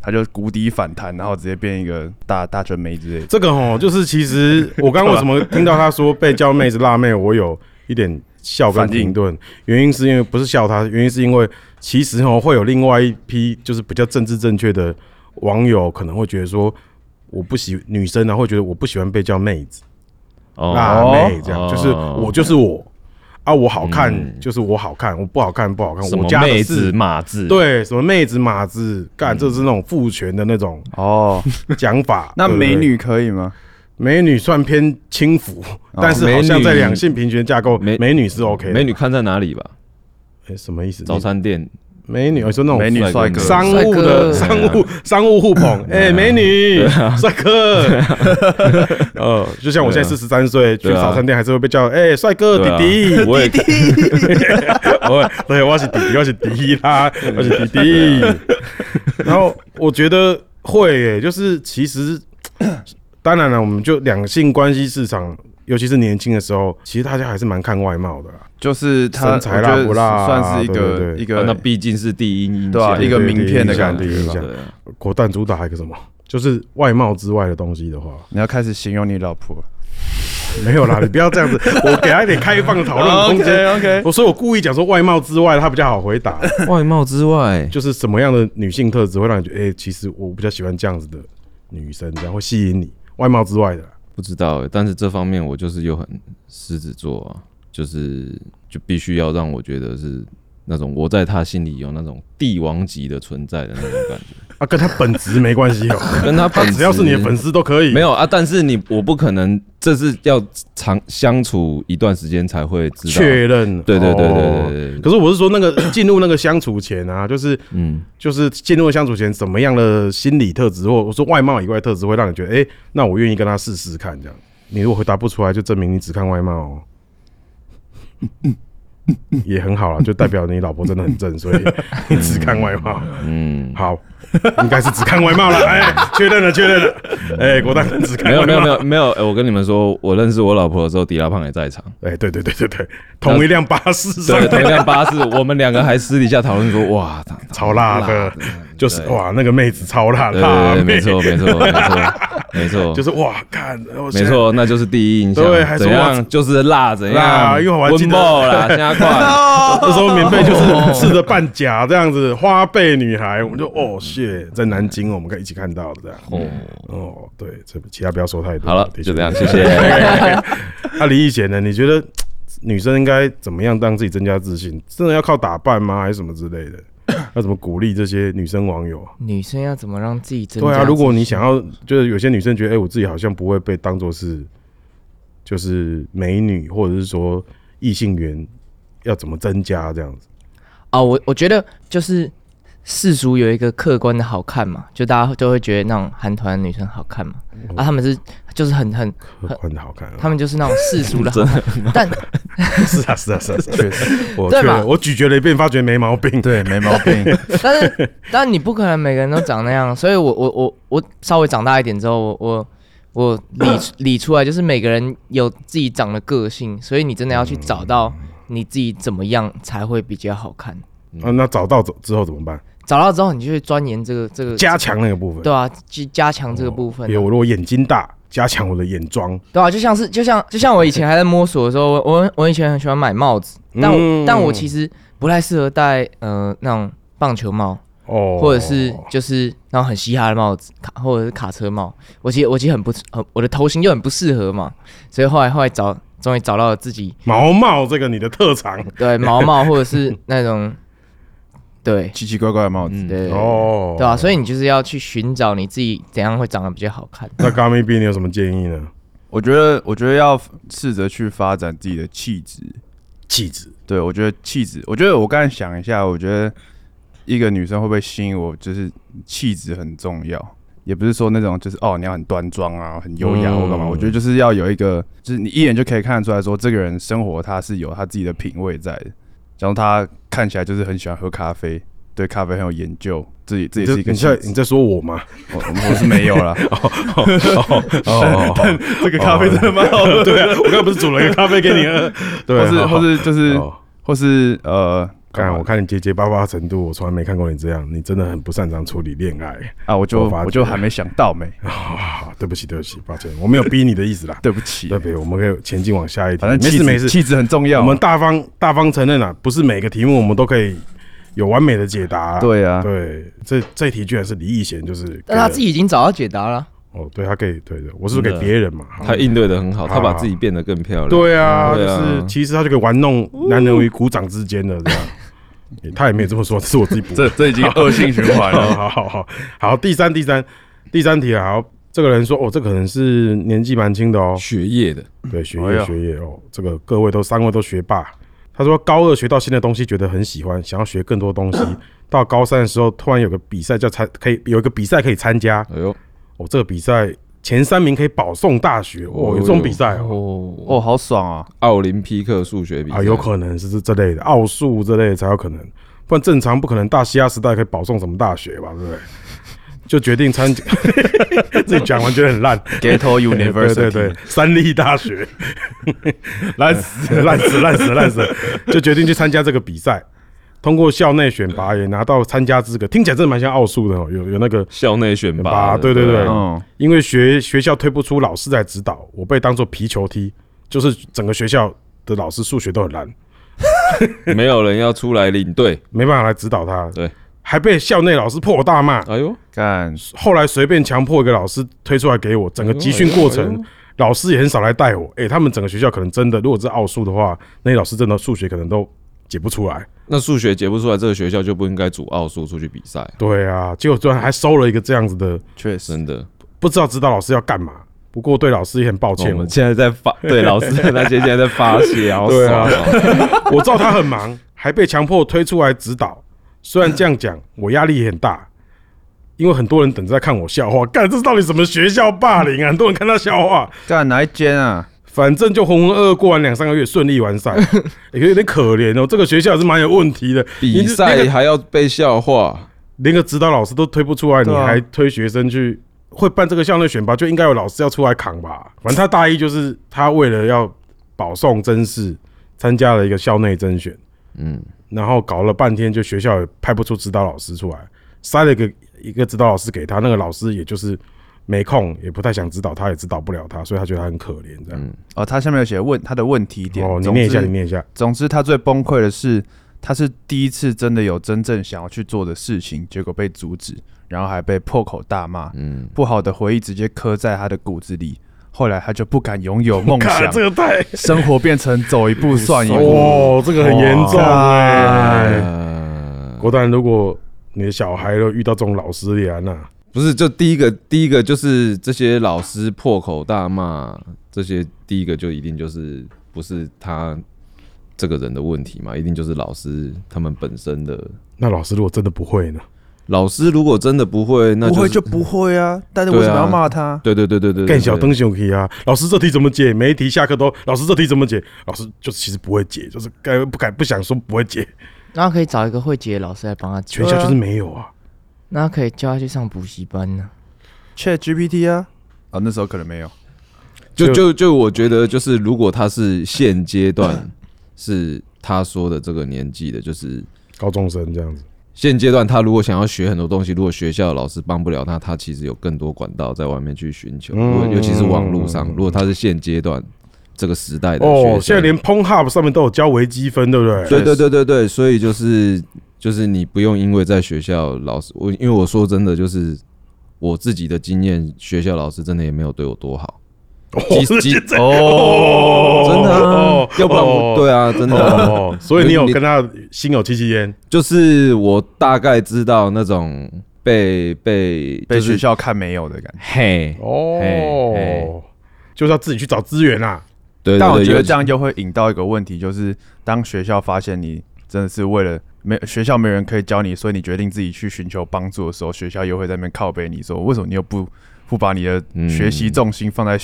Speaker 5: 她就谷底反弹，然后直接变一个大大正妹之类的。
Speaker 2: 这个 哦，就是其实我刚刚为什么听到他说被叫妹子辣妹，我有一点笑跟停顿，原因是因为不是笑他，原因是因为其实哦会有另外一批就是比较政治正确的网友可能会觉得说。我不喜女生呢，会觉得我不喜欢被叫妹子、辣
Speaker 7: 哦，
Speaker 2: 妹，这样、就是我就是我啊，我好看、
Speaker 7: 嗯
Speaker 2: 就是我好看，我不好看不好看，
Speaker 7: 什
Speaker 2: 我
Speaker 7: 么
Speaker 2: 家的
Speaker 7: 妹
Speaker 2: 事
Speaker 7: 子。嗯马子，，
Speaker 2: 对，什么妹子马子，干，这是那种父权的那种
Speaker 5: 哦，。
Speaker 2: 讲法
Speaker 5: 那
Speaker 2: 对不对
Speaker 5: 美女可以吗？
Speaker 2: 美女算偏轻浮，
Speaker 5: 哦
Speaker 2: 但是好
Speaker 7: 美
Speaker 2: 像
Speaker 7: 女
Speaker 2: 在两性平权架构，
Speaker 7: 美哦
Speaker 2: 美女是 OK 的。
Speaker 7: 美女看在哪里吧？
Speaker 2: 诶什么意思？
Speaker 7: 早餐店
Speaker 2: 美女，我说那种
Speaker 5: 美女帅哥，
Speaker 2: 商务的
Speaker 6: 帅
Speaker 2: 商
Speaker 7: 哥
Speaker 2: 务商务互捧，
Speaker 7: 啊
Speaker 2: 哎，美女帅哥，呃，就像我现在四十三岁，去
Speaker 7: 对啊
Speaker 2: 早餐店还是会被叫哎帅哥
Speaker 7: 对啊
Speaker 2: 弟弟，
Speaker 7: 我也
Speaker 2: 我 对，我是弟弟，我是弟弟啦，我是弟 弟。然后我觉得会耶、就是其实， 当然了，我们就两性关系市场，尤其是年轻的时候，其实大家还是蛮看外貌的啦。
Speaker 5: 就是他，
Speaker 2: 身材辣
Speaker 5: 我觉得
Speaker 2: 不辣啊
Speaker 5: 算是一
Speaker 2: 对
Speaker 5: 个
Speaker 2: 对对
Speaker 5: 一
Speaker 7: 啊
Speaker 5: 个
Speaker 7: 那毕竟是第一印
Speaker 5: 对啊
Speaker 7: 象，
Speaker 5: 一个
Speaker 2: 对对
Speaker 5: 名片的
Speaker 2: 第一印
Speaker 5: 感
Speaker 2: 象
Speaker 5: 觉
Speaker 2: 第一印
Speaker 5: 吧
Speaker 2: 象
Speaker 7: 对啊
Speaker 2: 国蛋主打还有一个什么？就是外貌之外的东西的话，
Speaker 5: 你要开始形容你老婆。
Speaker 2: 没有啦， 你不要这样子，我给他一点开放的讨论空间。
Speaker 5: 哦 OK，
Speaker 2: 我所以，我故意讲说外貌之外，他比较好回答，
Speaker 7: 外貌之外，
Speaker 2: 就是什么样的女性特质会让你觉得，哎、其实我比较喜欢这样子的女生，这样会吸引你。外貌之外的啦，
Speaker 7: 不知道欸，但是这方面我就是又很狮子座啊，就是就必须要让我觉得是那种我在他心里有那种帝王级的存在的那种 感觉，
Speaker 2: 啊，跟他本质没关系哦、
Speaker 7: 跟他本质
Speaker 2: 只要是你的粉丝都可以。
Speaker 7: 没有啊，但是你我不可能，这是要长相处一段时间才会知道。
Speaker 2: 确认，
Speaker 7: 对对对
Speaker 2: 哦
Speaker 7: 对对对
Speaker 2: 可
Speaker 7: 对，
Speaker 2: 是我是说，那个进入那个相处前啊，就是
Speaker 7: 嗯，
Speaker 2: 就是进入相处前，什么样的心理特质，或我说外貌以外的特质，会让你觉得，哎、那我愿意跟他试试看这样。你如果回答不出来，就证明你只看外貌、哦，也很好啊，就代表你老婆真的很正， 所以你只看外貌。嗯，好，应该是只看外貌了。哎、确认了，确认了。哎、果然只看
Speaker 7: 没
Speaker 2: 外貌。
Speaker 7: 有没有没有没有，欸我跟你们说，我认识我老婆的时候，迪拉胖也 在场。
Speaker 2: 哎、对对对对对，同一辆巴士上
Speaker 7: 对，同一辆巴士，我们两个还私底下讨论说，哇，她
Speaker 2: 超辣的，就是哇，那个妹子超辣，
Speaker 7: 对
Speaker 2: 辣
Speaker 7: 对对，
Speaker 2: 妹，
Speaker 7: 没错，没错，没错，没错，
Speaker 2: 就是哇，看，我
Speaker 7: 没错，那就是第一印象。
Speaker 2: 对还说
Speaker 7: 怎样就是辣，怎
Speaker 2: 辣
Speaker 7: 样
Speaker 2: 因为我还记得
Speaker 7: 温 饱啦，现在快
Speaker 2: 现在，那时候棉被
Speaker 7: 哦
Speaker 2: 就是刺着半甲这样子，花背女孩，我们就哦谢，在南京我们可以一起看到的这样，
Speaker 7: 哦，
Speaker 2: 哦，对，这其他不要说太多，
Speaker 7: 好了，
Speaker 2: 的确
Speaker 7: 就这样，谢。 谢。
Speaker 2: 那李易贤呢？你觉得女生应该怎么样让自己增加自信？真的要靠打扮吗？还是什么之类的？ 要怎么鼓励这些女生网友？
Speaker 6: 女生要怎么让自己增加
Speaker 2: 对
Speaker 6: 自信？
Speaker 2: 啊，如果你想要，就是有些女生觉得，哎、我自己好像不会被当做是，就是美女，或者是说异性缘，要怎么增加这样子？
Speaker 6: 哦，我我觉得就是世俗有一个客观的好看嘛，就大家都会觉得那种韩团女生好看嘛，啊，他们是就是很很，
Speaker 2: 换的好看、啊，
Speaker 6: 他们就是那种世俗的 好看，但
Speaker 2: 是啊，是啊， 是啊，是啊确实，我
Speaker 6: 对
Speaker 2: 确
Speaker 6: 吧
Speaker 2: 认，我咀嚼了一遍，发觉没毛病。
Speaker 5: 对，没毛病。
Speaker 6: 但是，但你不可能每个人都长那样，所以我我我我稍微长大一点之后，我我我理 理出来，就是每个人有自己长的个性，所以你真的要去找到你自己怎么样才会比较好看。
Speaker 2: 啊，那找到之之后怎么办？
Speaker 6: 找到之后，你就去钻研这个这个
Speaker 2: 加哦强那个部分，
Speaker 6: 对啊，去加强这个部分啊、
Speaker 2: 比如我如果眼睛大，加强我的眼妆。
Speaker 6: 对啊，就像是就像就像我以前还在摸索的时候，我我我以前很喜欢买帽子，但我、
Speaker 2: 嗯
Speaker 6: 但我其实不太适合戴呃那种棒球帽，
Speaker 2: 哦，
Speaker 6: 或者是就是那种很嘻哈的帽子，卡或者是卡车帽。我其实我其实很不很我的头型就很不适合嘛，所以后来后来找终于找到了自己
Speaker 2: 毛毛这个你的特长
Speaker 6: 对毛 毛或者是那种对
Speaker 5: 奇奇怪怪的帽子，
Speaker 7: 嗯
Speaker 6: 对
Speaker 2: 哦，
Speaker 6: 对啊，所以你就是要去寻找你自己怎样会长得比较好看。
Speaker 2: 那 Gummy B 你有什么建议呢？
Speaker 5: 我觉得，我觉得要试着去发展自己的气质。
Speaker 2: 气质，
Speaker 5: 对，我觉得气质，我觉得我刚才想一下，我觉得一个女生会不会吸引我，就是气质很重要，也不是说那种就是哦你要很端庄啊，很优雅
Speaker 2: 嗯
Speaker 5: 或干嘛，我觉得就是要有一个，就是你一眼就可以看得出来说这个人生活他是有他自己的品味在的，然后他看起来就是很喜欢喝咖啡，对咖啡很有研究，自己自
Speaker 2: 你
Speaker 5: 己
Speaker 2: 这
Speaker 5: 是一个
Speaker 2: 你
Speaker 5: 气
Speaker 2: 在
Speaker 5: 质
Speaker 2: 你。在说我 吗？
Speaker 5: 我我是没有啦，
Speaker 2: 哦，
Speaker 5: 这个咖啡真的蛮好喝，
Speaker 2: 对啊，我刚才不是煮了一个咖啡给 你喝？对，
Speaker 5: 或是或是就是
Speaker 2: 哦
Speaker 5: 或是呃，
Speaker 2: 看我看你结结巴巴的程度，我从来没看过你这样，你真的很不擅长处理恋爱。
Speaker 5: 啊，我就
Speaker 2: 我发觉
Speaker 5: 我就还没想到没，
Speaker 2: 啊，对不起，对不起，抱歉，我没有逼你的意思 啦。
Speaker 5: 对不起啊
Speaker 2: 对，不起，我们可以前进往下一题。
Speaker 5: 反正气
Speaker 2: 没事
Speaker 5: 质
Speaker 2: 没事，
Speaker 5: 气质很重要。啊
Speaker 2: 我们大方大方承认啊，不是每个题目我们都可以有完美的解答。
Speaker 5: 对啊，
Speaker 2: 对，这这题居然是李易贤，就是
Speaker 6: 呃但他自己已经找到解答了，
Speaker 2: 哦，对他给对对，我是给
Speaker 1: 真的
Speaker 2: 别人嘛，好
Speaker 7: 他应对的很好，
Speaker 2: 好
Speaker 7: 他把自己变得更漂亮。
Speaker 2: 对啊，
Speaker 7: 对啊
Speaker 2: 就是其实他就可以玩弄男人于股掌之间的这样。也他也没有这么说，这是我自己补的。
Speaker 5: 这这已经恶性循环
Speaker 2: 好
Speaker 5: 了。
Speaker 2: 好好好好，第三第三第三题了。啊好，这个人说哦，这可能是年纪蛮轻的哦，
Speaker 7: 学业的，
Speaker 2: 对，学
Speaker 5: 哎
Speaker 2: 业
Speaker 5: 呦
Speaker 2: 学业哦，这个各位都三位都学霸。他说高二学到新的东西，觉得很喜欢，想要学更多东西。到高三的时候，突然有个比赛叫参，可以有一个比赛可以参加。
Speaker 7: 哎呦，
Speaker 2: 哦，这个比赛前三名可以保送大学。哦，
Speaker 7: 哦
Speaker 2: 有这种比赛哦。
Speaker 7: 哦，
Speaker 5: 哦，好爽啊！
Speaker 7: 奥林匹克数学比赛
Speaker 2: 啊，有可能是这这类的奥数这类的才有可能，不然正常不可能大西亚时代可以保送什么大学吧，对不对？就决定参 加， 自己讲完觉得很烂。
Speaker 5: Ghetto
Speaker 2: 对对
Speaker 5: University，
Speaker 2: 对对，三立大学，烂死了烂死了烂死了烂死了，就决定去参加这个比赛。通过校内选拔也拿到参加资格，听起来真的蛮像奥数的哦，有有那个
Speaker 7: 校内选拔
Speaker 2: 拔
Speaker 7: 的，啊
Speaker 2: 对对对
Speaker 5: 嗯，
Speaker 2: 因为学学校推不出老师来指导，我被当做皮球踢，就是整个学校的老师数学都很烂，
Speaker 7: 对，没有人要出来领队。
Speaker 2: 没办法来指导他，
Speaker 7: 对，
Speaker 2: 还被校内老师破口大骂。
Speaker 7: 哎呦，
Speaker 5: 干
Speaker 2: 后来随便强迫一个老师推出来给我，整个集训过
Speaker 7: 哎
Speaker 2: 程，老师也很少来带我。哎诶，他们整个学校可能真的，如果是奥数的话，那些老师真的数学可能都解不出来。
Speaker 7: 那数学解不出来，这个学校就不应该组奥数出去比赛，
Speaker 2: 对啊，结果居然还收了一个这样子的，
Speaker 5: 确实
Speaker 7: 真的。
Speaker 2: 不知道指导老师要干嘛。不过对老师也很抱歉，
Speaker 7: 我
Speaker 2: 我
Speaker 7: 们现在在发，对老师的那些现在在发泄，好
Speaker 2: 对
Speaker 7: 爽
Speaker 2: 啊
Speaker 7: 哦。
Speaker 2: 我知道他很忙，还被强迫推出来指导。虽然这样讲，我压力也很大，因为很多人等着在看我笑话。干，这是到底什么学校霸凌啊？很多人看他笑话。
Speaker 5: 干哪一间啊？
Speaker 2: 反正就浑浑噩噩过完两三个月，顺利 完赛，也、有点可怜哦。这个学校也是蛮有问题的，
Speaker 7: 比
Speaker 2: 你
Speaker 7: 赛
Speaker 2: 这
Speaker 7: 还要被笑话，
Speaker 2: 连个指导老师都推不出来，你
Speaker 5: 对啊
Speaker 2: 还推学生去会办这个校内选拔，就应该有老师要出来扛吧。反正他大一就是他为了要保送甄试，参加了一个校内甄选，
Speaker 7: 嗯，
Speaker 2: 然后搞了半天，就学校也派不出指导老师出来，塞了一个一个指导老师给他，那个老师也就是没空，也不太想指导他，也指导不了他，所以他觉得他很可怜这样。
Speaker 5: 哦，他下面有写问他的问题点。
Speaker 2: 哦，你
Speaker 5: 总
Speaker 2: 念一下，
Speaker 5: 之
Speaker 2: 你念一下。
Speaker 5: 总之，他最崩溃的是，他是第一次真的有真正想要去做的事情，结果被阻止，然后还被破口大骂。
Speaker 7: 嗯，
Speaker 5: 不好的回忆直接刻在他的骨子里，后来他就不敢拥有梦
Speaker 2: 看
Speaker 5: 想
Speaker 2: 这，个太
Speaker 5: 生活变成走一步算一步。
Speaker 2: 哦，这个很严重哎、
Speaker 7: 呃
Speaker 2: 郭丹，如果你的小孩都遇到这种老师连啊，
Speaker 7: 不是，就第一个，第一个就是这些老师破口大骂，这些第一个就一定就是不是他这个人的问题嘛，一定就是老师他们本身的。
Speaker 2: 那老师如果真的不会呢？
Speaker 7: 老师如果真的不会，那
Speaker 5: 不
Speaker 7: 就
Speaker 5: 会
Speaker 7: 是
Speaker 5: 就不会啊，但是为什么要骂他？
Speaker 7: 对对对对对，对
Speaker 2: 干小灯熊可以啊。老师这题怎么解？每一题下课都老师这题怎么解？老师就其实不会解，就是该不敢不想说不会解，
Speaker 6: 然后可以找一个会解的老师来帮他解
Speaker 2: 全，校就是没有啊。
Speaker 6: 那可以叫他去上补习班呢、
Speaker 5: ，Chat GPT 啊，啊、那时候可能没有。
Speaker 7: 就
Speaker 2: 就
Speaker 7: 就就我觉得就是，如果他是现阶段是他说的这个年纪的，就是
Speaker 2: 高中生这样子，
Speaker 7: 现阶段他如果想要学很多东西，如果学校的老师帮不了他，他其实有更多管道在外面去寻求，
Speaker 2: 嗯
Speaker 7: 如果尤其是网络上
Speaker 2: 嗯。
Speaker 7: 如果他是现阶段这个时代的
Speaker 2: 哦，
Speaker 7: 啊
Speaker 2: 现
Speaker 7: 学
Speaker 2: 在
Speaker 7: 生，
Speaker 2: 连 p o n Hub 上面都有教微积分，对不对？
Speaker 7: 对对对对对，所以就是就是你不用因为在学校老师，我因为我说真的就是我自己的经验，学校老师真的也没有对我多好，
Speaker 2: 哦
Speaker 7: 几几
Speaker 2: 现在
Speaker 5: 哦
Speaker 7: 真的啊
Speaker 2: 哦，
Speaker 7: 要不然
Speaker 2: 哦
Speaker 7: 我对啊，真的啊。
Speaker 2: 哦，所以你有跟他心有戚戚焉，
Speaker 7: 就是我大概知道那种被被
Speaker 5: 被
Speaker 7: 就是
Speaker 5: 学校看没有的感觉。
Speaker 7: 嘿，嘿
Speaker 2: 哦
Speaker 7: 嘿，
Speaker 2: 就是要自己去找资源啊啦。
Speaker 7: 对，对
Speaker 5: 但我
Speaker 7: 对
Speaker 5: 觉得
Speaker 7: 有
Speaker 5: 这样又会引到一个问题，就是当学校发现你真的是为了没学校没人可以教你，所以你决定自己去寻求帮助的时候，学校又会在那边靠背你说，为什么你又不不把你的
Speaker 7: 嗯哦
Speaker 5: 学习重心放在、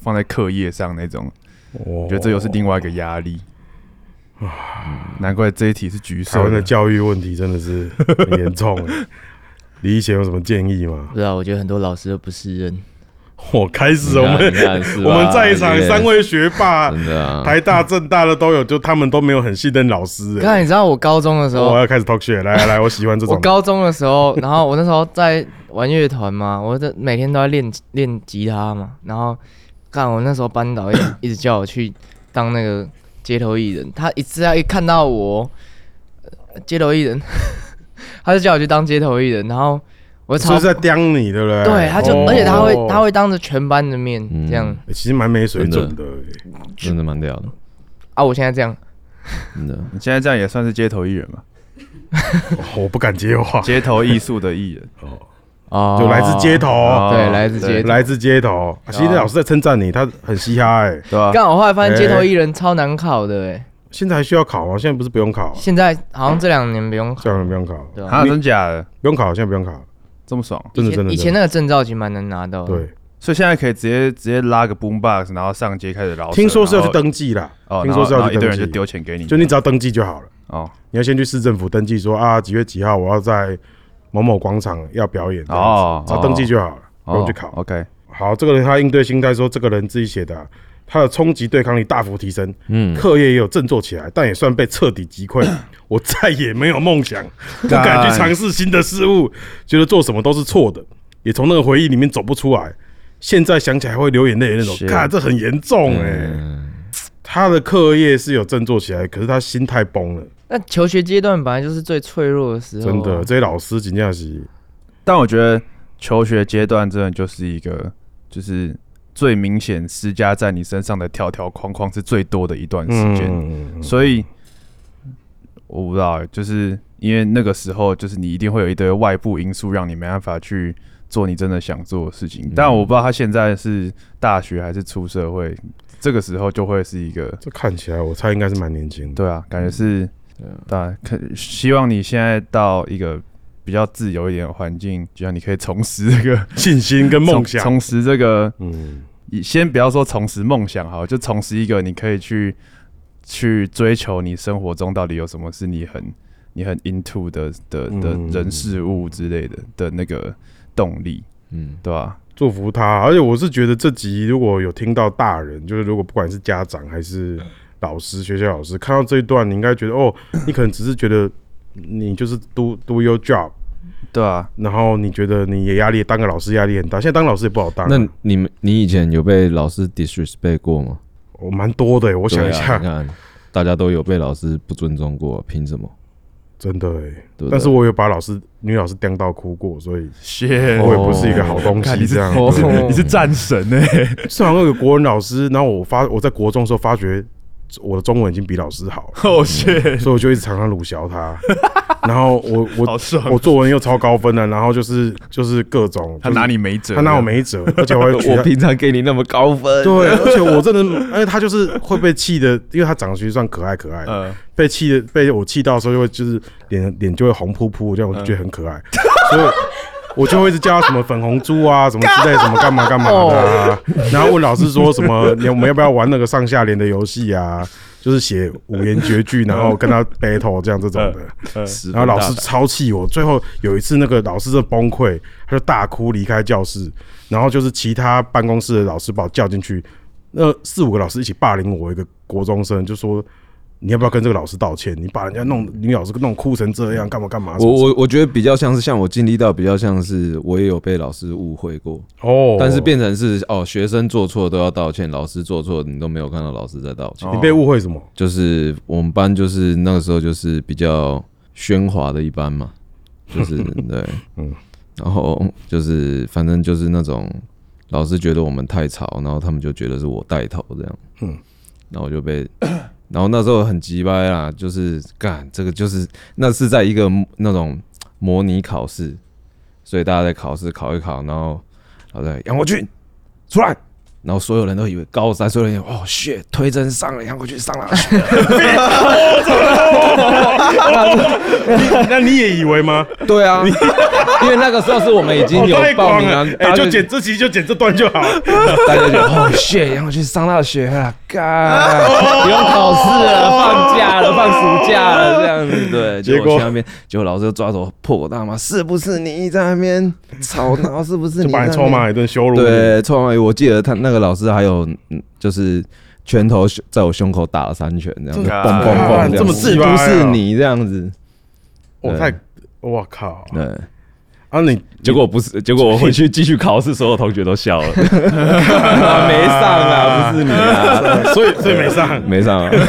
Speaker 5: 放在课业上那种？
Speaker 2: 我
Speaker 5: 我觉得这又是另外一个压力。嗯难怪这一题是橘
Speaker 2: 台
Speaker 5: 色
Speaker 2: 湾的
Speaker 5: 的，
Speaker 2: 教育问题真的是很严 重欸。李以贤有什么建议吗
Speaker 6: 不？知道，我觉得很多老师都不是人。
Speaker 2: 我开始我
Speaker 7: 你看
Speaker 2: 们
Speaker 7: 你看是 吧
Speaker 2: 我们在场
Speaker 7: 对
Speaker 2: 三位学霸，
Speaker 6: 嗯
Speaker 7: 真的啊，
Speaker 2: 台大、政大的都有，就他们都没有很信任老师欸。
Speaker 6: 刚才你知道我高中的时
Speaker 2: 我
Speaker 6: 候，
Speaker 2: 要开始 talk shit，来来来，我喜欢这
Speaker 6: 我
Speaker 2: 种。
Speaker 6: 高中的时候，然后我那时候在玩乐团嘛， 我这每天都在练练吉他嘛，然后干我那时候班导一直一直叫我去当那个街头艺人，他一只要一看 到我呃街头艺人，他就叫我去当街头艺人，然后我
Speaker 2: 是不
Speaker 6: 超
Speaker 2: 是在刁你，对不对？
Speaker 6: 对，他就
Speaker 2: 哦
Speaker 6: 而且他会他会当着全班的面
Speaker 7: 嗯
Speaker 6: 这样
Speaker 2: 欸其实蛮没水准的欸、
Speaker 7: 真的蛮屌的，
Speaker 6: 啊，我现在这样
Speaker 7: 真的。
Speaker 5: 你现在这样也算是街头艺人嘛？
Speaker 2: 哦我不敢接 话，
Speaker 5: 街头艺术的艺人，
Speaker 6: 哦
Speaker 2: 就来自街头，
Speaker 5: 哦
Speaker 6: 对来自啊街
Speaker 2: 哦
Speaker 6: 头
Speaker 2: 来自街头。啊、其实老师在称赞你，他很嘻哈哎、
Speaker 5: 对吧？
Speaker 6: 刚好后来发现街头艺人超难考的哎，
Speaker 2: 现在还需要考吗？现在不是不用考、啊，
Speaker 6: 现在好像这两年不用考，
Speaker 2: 这样不用考，
Speaker 6: 对吧？
Speaker 5: 啊，真假的
Speaker 2: 不用考，现在不用
Speaker 6: 啊
Speaker 2: 考，
Speaker 5: 这么爽？
Speaker 2: 真的
Speaker 6: 以前
Speaker 2: 真的。
Speaker 6: 以前那个证照其实蛮难拿到的，
Speaker 2: 对，
Speaker 5: 所以现在可以直接直接拉个 boom box，然后上街开始饶舌。
Speaker 2: 听说是要去
Speaker 5: 然后
Speaker 2: 登记啦，
Speaker 5: 哦，
Speaker 2: 听说是
Speaker 5: 然
Speaker 2: 要
Speaker 5: 后
Speaker 2: 去
Speaker 5: 一堆人
Speaker 2: 登
Speaker 5: 就
Speaker 2: 记，
Speaker 5: 丢钱给你，
Speaker 2: 就你只要登记就好了。
Speaker 5: 哦
Speaker 2: 你要先去市政府登记说啊几月几号我要在某某广场要表演，这样
Speaker 5: 哦
Speaker 2: 子，只要登记就好了，不用去考。
Speaker 5: OK，
Speaker 2: 好，这个人他应对心态说，这个人自己写的啊、他的冲击对抗力大幅提升，
Speaker 7: 嗯，
Speaker 2: 课业也有振作起来，但也算被彻底 击溃。我再也没有梦想，不敢去尝试新的事物，觉得做什么都是错的，也从那个回忆里面走不出来。现在想起来会流眼泪的那种，
Speaker 5: 是嗯
Speaker 2: 看这很严重哎、
Speaker 7: 嗯
Speaker 2: 他的课业是有振作起来，可是他心态崩了，
Speaker 6: 那求学阶段本来就是最脆弱的时候啊，
Speaker 2: 真的。这些老师今天是
Speaker 5: 但我觉得求学阶段真的就是一个，就是最明显施加在你身上的条条框框是最多的一段时间，
Speaker 2: 嗯，
Speaker 5: 所以我不知道欸，就是因为那个时候，就是你一定会有一堆外部因素让你没办法去做你真的想做的事情。但我不知道他现在是大学还是出社会，这个时候就会是一个
Speaker 2: 这看起来我猜应该是蛮年轻的。
Speaker 5: 对啊，感觉是，对啊，可希望你现在到一个比较自由一点的环境，就像你可以重拾这个
Speaker 2: 信心跟梦想，
Speaker 5: 重重拾这个，
Speaker 2: 嗯，
Speaker 5: 先不要说重拾梦想好了，就重拾一个你可以去去追求你生活中到底有什么是你很你很 into 的的的
Speaker 2: 嗯
Speaker 5: 人事物之类的的那个动力，
Speaker 7: 嗯，
Speaker 5: 对吧、
Speaker 2: 祝福他。而且我是觉得这集如果有听到大人，就是如果不管是家长还是老师、学校老师，看到这一段，你应该觉得哦，你可能只是觉得你就是 do do your job，
Speaker 5: 对啊，
Speaker 2: 然后你觉得你也压力当个老师压力很大，现在当老师也不好当。
Speaker 7: 那你们你以前有被老师 disrespect 过吗？
Speaker 2: 我蛮多的耶，我
Speaker 7: 我
Speaker 2: 想一下，
Speaker 7: 你看大家都有被老师不尊重过，凭什么？
Speaker 2: 真的哎。
Speaker 7: 对不对
Speaker 2: 但是我有把老师女老师颠到哭过，所以
Speaker 5: 谢
Speaker 2: 我也不是一个好东
Speaker 5: 看
Speaker 2: 西。
Speaker 5: 你是
Speaker 2: 这样，
Speaker 6: 哦
Speaker 2: 对
Speaker 5: 你是战神欸呢、
Speaker 2: 是好像有个国文老师，然后我发我在国中的时候发觉我的中文已经比老师好了。
Speaker 5: 哦，谢，
Speaker 2: 所以我就一直常常辱笑他。 然后我
Speaker 5: 好
Speaker 2: 我
Speaker 5: 爽，
Speaker 2: 我作文又超高分了，然后就是就是各种，
Speaker 5: 他
Speaker 2: 就是
Speaker 5: 拿你没辙，
Speaker 2: 他拿我没辙，而且 我 还举他
Speaker 7: 平常给你那么高分，
Speaker 2: 对，而且我真的，因为他就是会被气的，因为他长得其实算可爱可爱的，
Speaker 5: 呃。
Speaker 2: 被气的被我气到的时候，就会就是脸脸就会红扑扑，这样我就觉得很可爱，所以。我就会一直叫他什么粉红猪啊，什么之类，什么干嘛干嘛的、啊，然后问老师说什么，你我们要不要玩那个上下联的游戏啊？就是写五言绝句，然后跟他 battle 这样这种的。
Speaker 5: 呃
Speaker 2: 然后老师超气我，最后有一次那个老师真的崩溃，他就大哭离开教室，然后就是其他办公室的老师把我叫进去，那四五个老师一起霸凌我一个国中生，就说你要不要跟这个老师道歉？你把人家弄女老师弄哭成这样，干嘛干嘛啊什
Speaker 7: 我
Speaker 2: 么什么？
Speaker 7: 我我觉得比较像是像我经历到比较像是我也有被老师误会过，
Speaker 2: 哦
Speaker 7: 但是变成是哦学生做错都要道歉，老师做错你都没有看到老师在道歉，
Speaker 2: 你被误会什么？
Speaker 7: 就是我们班就是那个时候就是比较喧哗的一班嘛，就是对，
Speaker 2: 嗯
Speaker 7: 嗯，然后就是反正就是那种老师觉得我们太吵，然后他们就觉得是我带头这样，嗯
Speaker 2: 嗯，
Speaker 7: 然后我就被， 然后那时候很急掰啦，就是干这个就是那是在一个那种模拟考试，所以大家在考试考一考，然后好的杨国俊出来。然后所有人都以为高三，所有人以为哦，shit，推真上了，杨国俊上了，
Speaker 2: 那你也以为吗？哦
Speaker 7: 对啊， 因为那个时候是我们已经有报名啊，
Speaker 2: 哎、
Speaker 7: 大家
Speaker 2: 就剪这期就剪这段就好 了。
Speaker 7: 大家就哦，shit，然后去上大学了，干， 不用考试了，放假了，放暑假了，这样子，对。
Speaker 2: 结
Speaker 7: 结
Speaker 2: 果
Speaker 7: 果去那边，结果老师就抓着我破口大骂，是不是你在那边吵闹？是不是
Speaker 2: 就
Speaker 7: 你
Speaker 2: 把
Speaker 7: 在
Speaker 2: 你
Speaker 7: 那
Speaker 2: 臭
Speaker 7: 边
Speaker 2: 骂一顿，羞辱你。
Speaker 7: 对，臭骂。我记得他那个老师还有，嗯就是拳头在我胸口打了三拳，这样子，
Speaker 5: 干
Speaker 7: 嘣嘣
Speaker 2: 啊
Speaker 7: 嘣，样
Speaker 2: 这么
Speaker 7: 是
Speaker 2: 鸡
Speaker 7: 不
Speaker 2: 巴
Speaker 7: 是
Speaker 2: 哦
Speaker 7: 你这样子？
Speaker 2: 我
Speaker 7: 对
Speaker 2: 太，我靠！
Speaker 7: 对。
Speaker 2: 啊你，你
Speaker 1: 结果不是，结果我回去继续考试，所有同学都笑 了。
Speaker 7: 没上啊，不是你啊，
Speaker 2: 所以所以没上，
Speaker 7: 没上啊，
Speaker 5: 看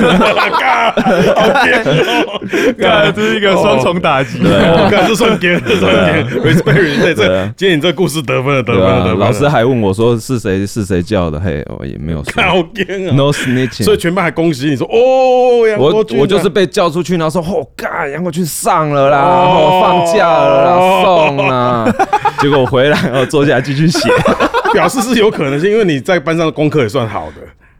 Speaker 5: 这是一个双
Speaker 7: 哦
Speaker 5: 重打击。
Speaker 7: 啊
Speaker 2: 我看这算给，这算给，respect 对这，今天你这故事得分了，得
Speaker 7: 对
Speaker 2: 分了，得
Speaker 7: 吧？
Speaker 2: 分了。
Speaker 7: 老师还问我说是谁是谁叫的，嘿，我也没有说
Speaker 2: 看好干啊！
Speaker 7: ，no snitching，
Speaker 2: 所以全班还恭喜你说哦，杨
Speaker 7: 我
Speaker 2: 国俊啊
Speaker 7: 我就是被叫出去，然后说：“哦，干，杨过去上了啦，
Speaker 2: 哦
Speaker 7: 哦，放假了啦，送啦。”结果回来，然后坐下来继 续写。
Speaker 2: 表示是有可能性，因为你在班上的功课也算好的。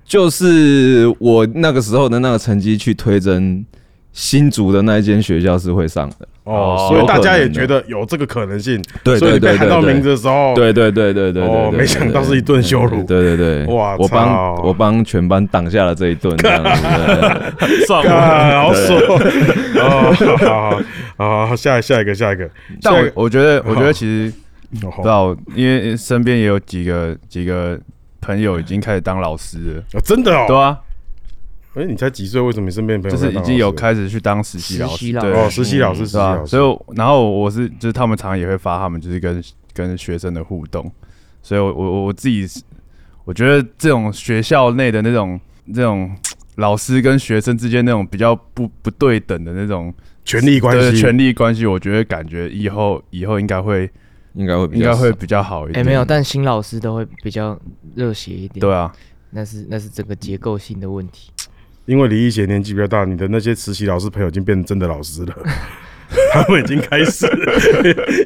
Speaker 7: 就是我那个时候的那个成绩去推甄新竹的那一间学校是会上的。
Speaker 2: 哦
Speaker 1: 哦，
Speaker 2: 所以大家也
Speaker 7: 有可能的
Speaker 2: 觉得有这个可能性，
Speaker 7: 对对
Speaker 2: 所以你被
Speaker 7: 对对
Speaker 2: 喊到
Speaker 7: 对
Speaker 2: 名字的时候，
Speaker 7: 对对对对对对
Speaker 2: 哦
Speaker 7: 对，
Speaker 2: 没想到是一顿羞辱
Speaker 7: 对对对，对
Speaker 2: 哇
Speaker 7: 我
Speaker 2: 操
Speaker 7: 帮我帮全班挡下了这一顿，这样子。对
Speaker 1: 算了，
Speaker 2: 干，好 爽！哦，好好好好，好，下下一个，下一个，
Speaker 5: 但
Speaker 2: 下一
Speaker 5: 我
Speaker 2: 个
Speaker 5: 我觉得，我觉得其实
Speaker 2: 哦
Speaker 5: 不知
Speaker 7: 啊
Speaker 5: 道，因为身边也有几个几个朋友已经开始当老师了，
Speaker 2: 哦真的
Speaker 5: 对
Speaker 2: 哦，
Speaker 5: 啊，
Speaker 2: 哎，你才几岁，为什么你身边的朋
Speaker 5: 就
Speaker 2: 友
Speaker 5: 是
Speaker 2: 在
Speaker 5: 已
Speaker 2: 当
Speaker 5: 经有
Speaker 2: 老师
Speaker 5: 开始去当实习老
Speaker 6: 实习
Speaker 5: 师，
Speaker 6: 老师
Speaker 5: 对
Speaker 2: 哦，实习老师，实习
Speaker 5: 是吧
Speaker 2: 老？师
Speaker 5: 所以，我然后我是就是他们常常也会发他们就是跟跟学生的互动，所以我我我自己是我觉得这种学校内的那种这种老师跟学生之间那种比较不不对等的那种
Speaker 2: 权力关
Speaker 5: 对
Speaker 2: 系，
Speaker 5: 权力关系，我觉得感觉以后以后应该会
Speaker 7: 应该会比
Speaker 5: 应
Speaker 7: 较
Speaker 5: 该会
Speaker 7: 少
Speaker 5: 比较好一
Speaker 6: 哎，
Speaker 5: 点。
Speaker 6: 没有，但新老师都会比较热血一点。
Speaker 5: 对，啊，
Speaker 6: 那是那是整个结构性的问题。
Speaker 2: 因为李易贤年纪比较大，你的那些实习老师朋友已经变成真的老 师了，他们已经开始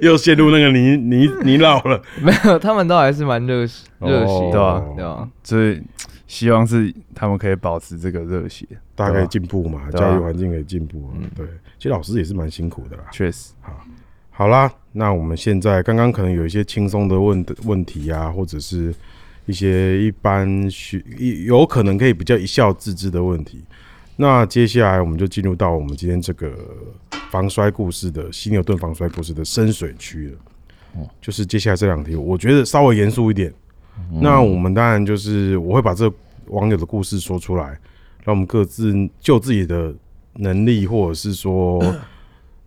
Speaker 2: 又陷入那个 泥 泥泥淖了。
Speaker 6: 没有，他们都还是蛮热血热血的，
Speaker 2: 哦
Speaker 5: 对啊
Speaker 6: 对吧？
Speaker 5: 所以希望是他们可以保持这个热血，
Speaker 2: 大家可
Speaker 5: 对
Speaker 2: 以
Speaker 5: 啊
Speaker 2: 进步嘛，
Speaker 5: 对啊嗯
Speaker 2: 教育环境可以进步、啊。对，其实老师也是蛮辛苦的啦。
Speaker 5: 确实。
Speaker 2: 好啦，那我们现在刚刚可能有一些轻松的问的问题啊，或者是一些一般学一有可能可以比较一笑置之的问题。那接下来我们就进入到我们今天这个防摔故事的犀牛顿防摔故事的深水区了。就是接下来这两题，我觉得稍微严肃一点。那我们当然就是我会把这个网友的故事说出来，让我们各自就自己的能力，或者是说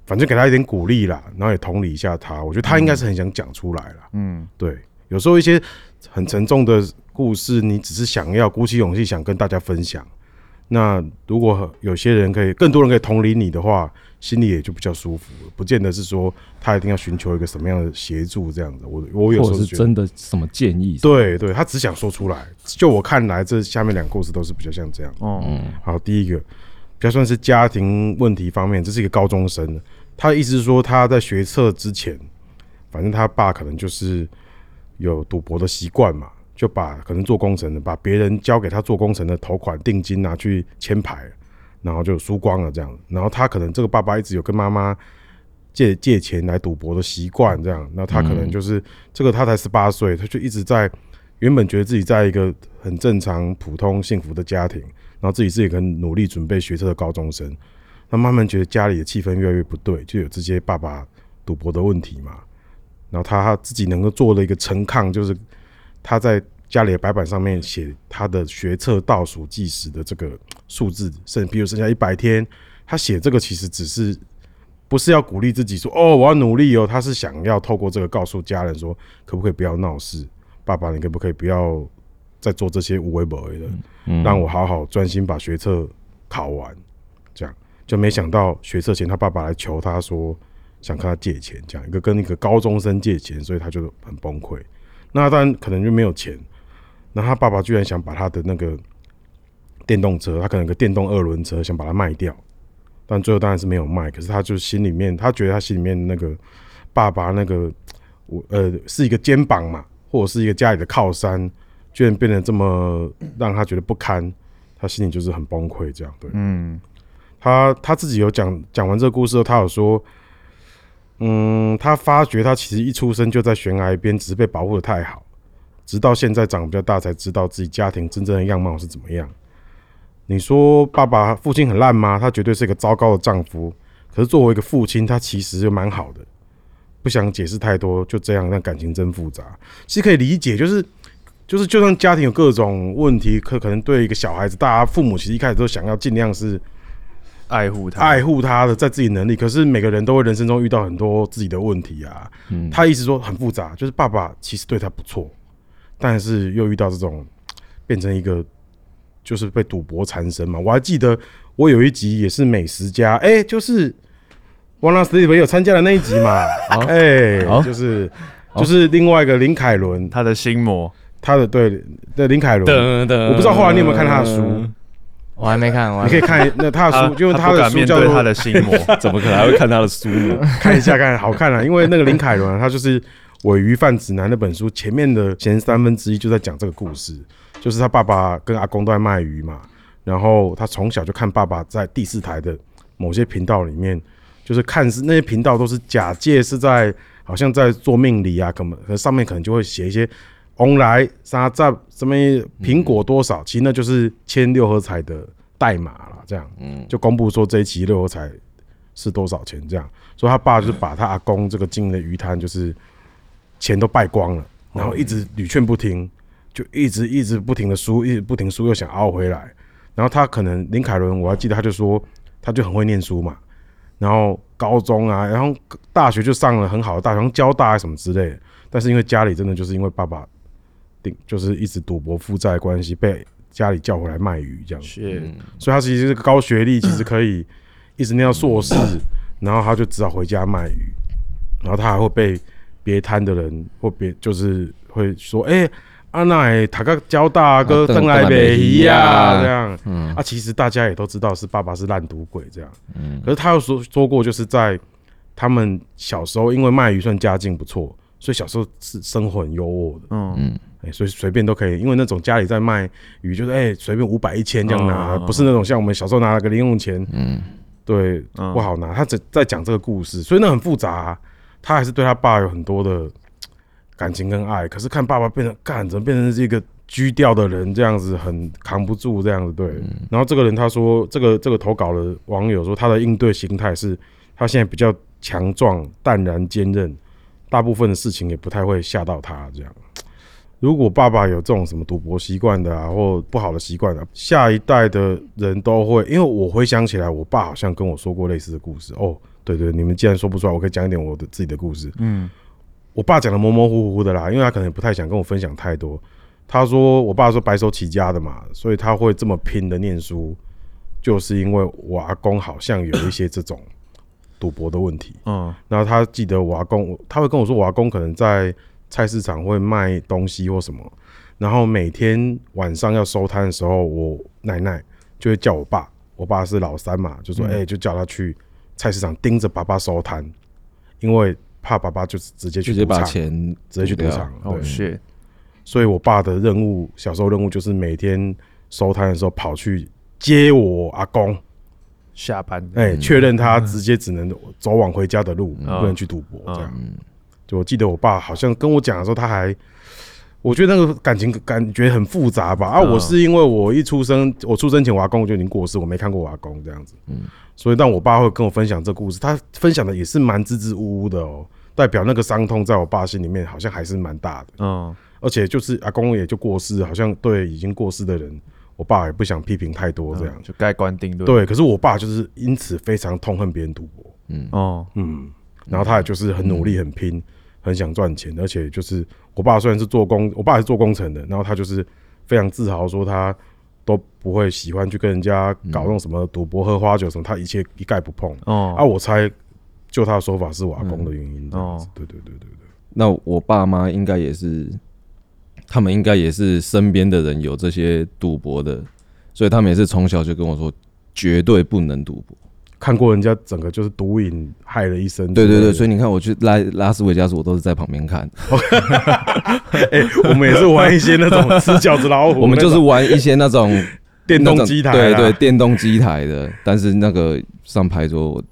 Speaker 2: 反正给他一点鼓励啦，然后也同理一下他。我觉得他应该是很想讲出来啦。嗯，对，有时候一些很沉重的故事，你只是想要鼓起勇气想跟大家分享。那如果有些人可以，更多人可以同理你的话，心里也就比较舒服了。不见得是说他一定要寻求一个什么样的协助这样子。我我有时
Speaker 7: 或
Speaker 2: 候
Speaker 7: 者
Speaker 2: 是
Speaker 7: 是
Speaker 2: 觉得，
Speaker 7: 真的什么建议？
Speaker 2: 对对，他只想说出来。就我看来，这下面两个故事都是比较像这样。嗯
Speaker 5: 哦，
Speaker 2: 好，第一个比较算是家庭问题方面，这是一个高中生，他的意思是说他在学测之前，反正他爸可能就是有赌博的习惯嘛，就把可能做工程的，把别人交给他做工程的头款定金拿去签牌，然后就输光了这样。然后他可能这个爸爸一直有跟妈妈借借钱来赌博的习惯，这样，那他可能就是、这个他才十八岁，他就一直在原本觉得自己在一个很正常、普通、幸福的家庭，然后自己是一个很努力准备学车的高中生，那慢慢觉得家里的气氛越来越不对，就有这些爸爸赌博的问题嘛。然后他自己能够做的一个承抗，就是他在家里的白板上面写他的学测倒数计时的这个数字，剩比如剩下一百天，他写这个其实只是不是要鼓励自己说哦我要努力哦，他是想要透过这个告诉家人说可不可以不要闹事，爸爸你可不可以不要再做这些无为不为的，让我好好专心把学测考完，这样就没想到学测前他爸爸来求他说想跟他借钱，这样一个跟一个高中生借钱，所以他就很崩溃。那他当然可能就没有钱，那他爸爸居然想把他的那个电动车，他可能有个电动二轮车想把它卖掉，但最后当然是没有卖。可是他就心里面，他觉得他心里面那个爸爸那个我呃是一个肩膀嘛，或者是一个家里的靠山，居然变得这么让他觉得不堪，他心里就是很崩溃。这样对，
Speaker 5: 嗯，
Speaker 2: 他他自己有讲讲完这个故事后，他有说，嗯，他发觉他其实一出生就在悬崖边，只是被保护的太好，直到现在长比较大才知道自己家庭真正的样貌是怎么样。你说爸爸父亲很烂吗？他绝对是一个糟糕的丈夫。可是作为一个父亲，他其实就蛮好的。不想解释太多，就这样，让感情真复杂。其实可以理解，就是就是，就算家庭有各种问题，可可能对一个小孩子，大家父母其实一开始都想要尽量是
Speaker 5: 爱护他，
Speaker 2: 爱护他的，在自己能力。可是每个人都会人生中遇到很多自己的问题啊。
Speaker 7: 嗯，
Speaker 2: 他意思说很复杂，就是爸爸其实对他不错，但是又遇到这种变成一个就是被赌博缠身嘛。我还记得我有一集也是美食家，哎、就是 One Last Sleep 也有参加的那一集 嘛，哎、
Speaker 7: 哦
Speaker 2: 就是就是另外一个林凯伦，
Speaker 5: 他的心魔，
Speaker 2: 他的对对林凯伦，
Speaker 1: 噔噔
Speaker 2: 我不知道后来你有没有看他的书，
Speaker 6: 我还没看，我 还
Speaker 2: 你
Speaker 6: 没
Speaker 2: 可以看那他
Speaker 5: 嗯
Speaker 2: 的
Speaker 5: 他
Speaker 2: 书，就是
Speaker 5: 他不
Speaker 2: 的
Speaker 5: 敢
Speaker 2: 书
Speaker 5: 面
Speaker 2: 叫
Speaker 5: 对
Speaker 2: 做
Speaker 5: 他的心 魔，
Speaker 1: 怎么可能还会看他的书呢？
Speaker 2: 看一下看，好看啊！因为那个林凯伦啊、他就是《尾鱼贩指南》那本书前面的前三分之一就在讲这个故事，就是他爸爸跟阿公都在卖鱼嘛，然后他从小就看爸爸在第四台的某些频道里面，就是看是那些频道都是假借是在好像在做命理啊，可能可能上面可能就会写一些。翁来沙赞什么苹果多少？其实那就是签六合彩的代码啦，这样，嗯，就公布说这一期六合彩是多少钱这样。所以他爸就是把他阿公这个经营的鱼摊，就是钱都败光了，然后一直屡劝不听，就一直一直不停的输，一直不停输，又想熬回来。然后他可能林凯伦，我还记得他就说，他就很会念书嘛，然后高中啊，然后大学就上了很好的大学，好像交大啊什么之类的。但是因为家里真的就是因为爸爸顶，就是一直赌博负债的关系，被家里叫回来卖鱼这样子。
Speaker 5: 是
Speaker 2: 所以他其实是个高学历，其实可以一直念到硕士，
Speaker 7: 嗯
Speaker 2: 然后他就只好回家卖鱼，然后他还会被别摊的人或别就是会说，哎、安娜诶，塔个交大哥
Speaker 7: 啊邓
Speaker 2: 邓来北一呀，
Speaker 7: 邓来北宜啊
Speaker 2: 这样，
Speaker 7: 嗯
Speaker 2: 啊，其实大家也都知道是爸爸是烂赌鬼这样，
Speaker 7: 嗯
Speaker 2: 可是他又说说过，就是在他们小时候，因为卖鱼算家境不错，所以小时候是生活很优渥的，
Speaker 5: 嗯，
Speaker 7: 嗯，
Speaker 2: 哎、所以随便都可以，因为那种家里在卖鱼，就是哎随、便五百一千这样拿，
Speaker 5: 嗯
Speaker 2: 不是那种像我们小时候拿了个零用钱，
Speaker 7: 嗯，
Speaker 2: 对，
Speaker 5: 嗯
Speaker 2: 不好拿。他只在讲这个故事，所以那很复杂啊、他还是对他爸有很多的嘖感情跟爱，可是看爸爸变成干，怎么变成是一个居掉的人这样子，很扛不住这样子。对，然后这个人他说，这个这个投稿的网友说，他的应对形态是，他现在比较强壮、淡然、坚韧，大部分的事情也不太会吓到他这样。如果爸爸有这种什么赌博习惯的啊，或不好的习惯的、啊，下一代的人都会。因为我回想起来，我爸好像跟我说过类似的故事。哦，对对，你们既然说不出来，我可以讲一点我的自己的故事。
Speaker 5: 嗯，
Speaker 2: 我爸讲的模模糊糊的啦，因为他可能也不太想跟我分享太多。他说，我爸说白手起家的嘛，所以他会这么拼的念书，就是因为我阿公好像有一些这种赌博的问题。
Speaker 5: 嗯，
Speaker 2: 然后他记得我阿公，他会跟我说我阿公可能在菜市场会卖东西或什么，然后每天晚上要收摊的时候，我奶奶就会叫我爸，我爸是老三嘛，就说哎、就叫他去菜市场盯着爸爸收摊，因为怕爸爸就是直接去
Speaker 7: 直接
Speaker 2: 赌
Speaker 7: 把
Speaker 2: 场，
Speaker 7: 钱
Speaker 2: 直接去
Speaker 7: 赌
Speaker 2: 赌
Speaker 7: 掉
Speaker 2: 场，
Speaker 5: 哦
Speaker 2: 对，
Speaker 5: shit，
Speaker 2: 所以我爸的任务，小时候任务就是每天收摊的时候跑去接我阿公，
Speaker 5: 下班，
Speaker 2: 哎，确认他直接只能走往回家的路，不能去赌博这样。就我记得我爸好像跟我讲的时候，他还，我觉得那个感情感觉很复杂吧。啊，
Speaker 5: 嗯
Speaker 2: 我是因为我一出生，我出生前我阿公就已经过世，我没看过我阿公这样子，所以但我爸会跟我分享这故事，他分享的也是蛮支支吾吾的哦，代表那个伤痛在我爸心里面好像还是蛮大的。
Speaker 5: 嗯，
Speaker 2: 而且就是阿公也就过世，好像对已经过世的人，我爸也不想批评太多这样。
Speaker 5: 就盖棺定论，，
Speaker 2: 对，可是我爸就是因此非常痛恨别人赌博，
Speaker 5: 哦，
Speaker 2: 嗯，然后他也就是很努力、很拼、很想赚钱，而且就是我爸虽然是做工，我爸也是做工程的，然后他就是非常自豪说他都不会喜欢去跟人家搞那种什么赌博、喝花酒什么，他一切一概不碰。啊，
Speaker 5: 哦，
Speaker 2: 我猜就他的说法是我阿公的原因。
Speaker 5: 嗯哦
Speaker 2: 哦，对对对对对，
Speaker 7: 那我爸妈应该也是，他们应该也是身边的人有这些赌博的，所以他们也是从小就跟我说，绝对不能赌博。
Speaker 2: 看过人家整个就是毒瘾害了一生之
Speaker 7: 对
Speaker 2: 类的。
Speaker 7: 对对，所以你看，我去拉拉斯维加斯，我都是在旁边看，
Speaker 2: 哎、我们也是玩一些那 种吃饺子老虎，
Speaker 7: 我们就
Speaker 2: 那
Speaker 7: 是
Speaker 2: 种
Speaker 7: 玩一些那种
Speaker 2: 电
Speaker 7: 那
Speaker 2: 动
Speaker 7: 种
Speaker 2: 机台、啊
Speaker 7: 对对，，电动机台的，但是那个上牌桌我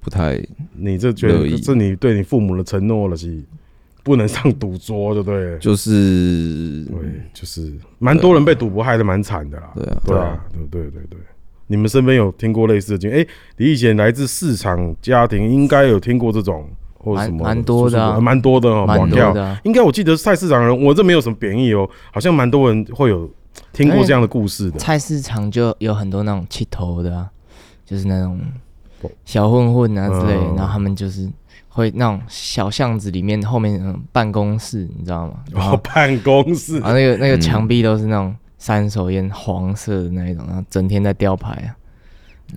Speaker 7: 不太
Speaker 2: 你这觉
Speaker 7: 乐
Speaker 2: 得
Speaker 7: 意
Speaker 2: 这你对你父母的承诺了是不能上赌桌，对不对？
Speaker 7: 就是
Speaker 2: 对，就是蛮多人被赌博害的蛮惨的啦。
Speaker 7: 对啊
Speaker 2: 对啊，对对对对。你们身边有听过类似的经历？哎、李以前来自市场家庭，应该有听过这种或者什么
Speaker 6: 蛮蛮多的啊
Speaker 2: 叔叔蛮多的哦，
Speaker 6: 蛮
Speaker 2: 保
Speaker 6: 多
Speaker 2: 镖
Speaker 6: 的啊。
Speaker 2: 应该我记得菜市场人，我这没有什么贬义哦，好像蛮
Speaker 6: 哎
Speaker 2: 多人会有听过这样的故事的。
Speaker 6: 菜市场就有很多那种气头的啊，就是那种小混混啊之类的，
Speaker 2: 哦嗯
Speaker 6: 然后他们就是会那种小巷子里面后面嗯办公室，你知道吗？然
Speaker 2: 哦，
Speaker 6: 后
Speaker 2: 办公室
Speaker 6: 啊，那个那个墙壁都是那种三手烟，黄色的那一种，然后整天在吊牌啊。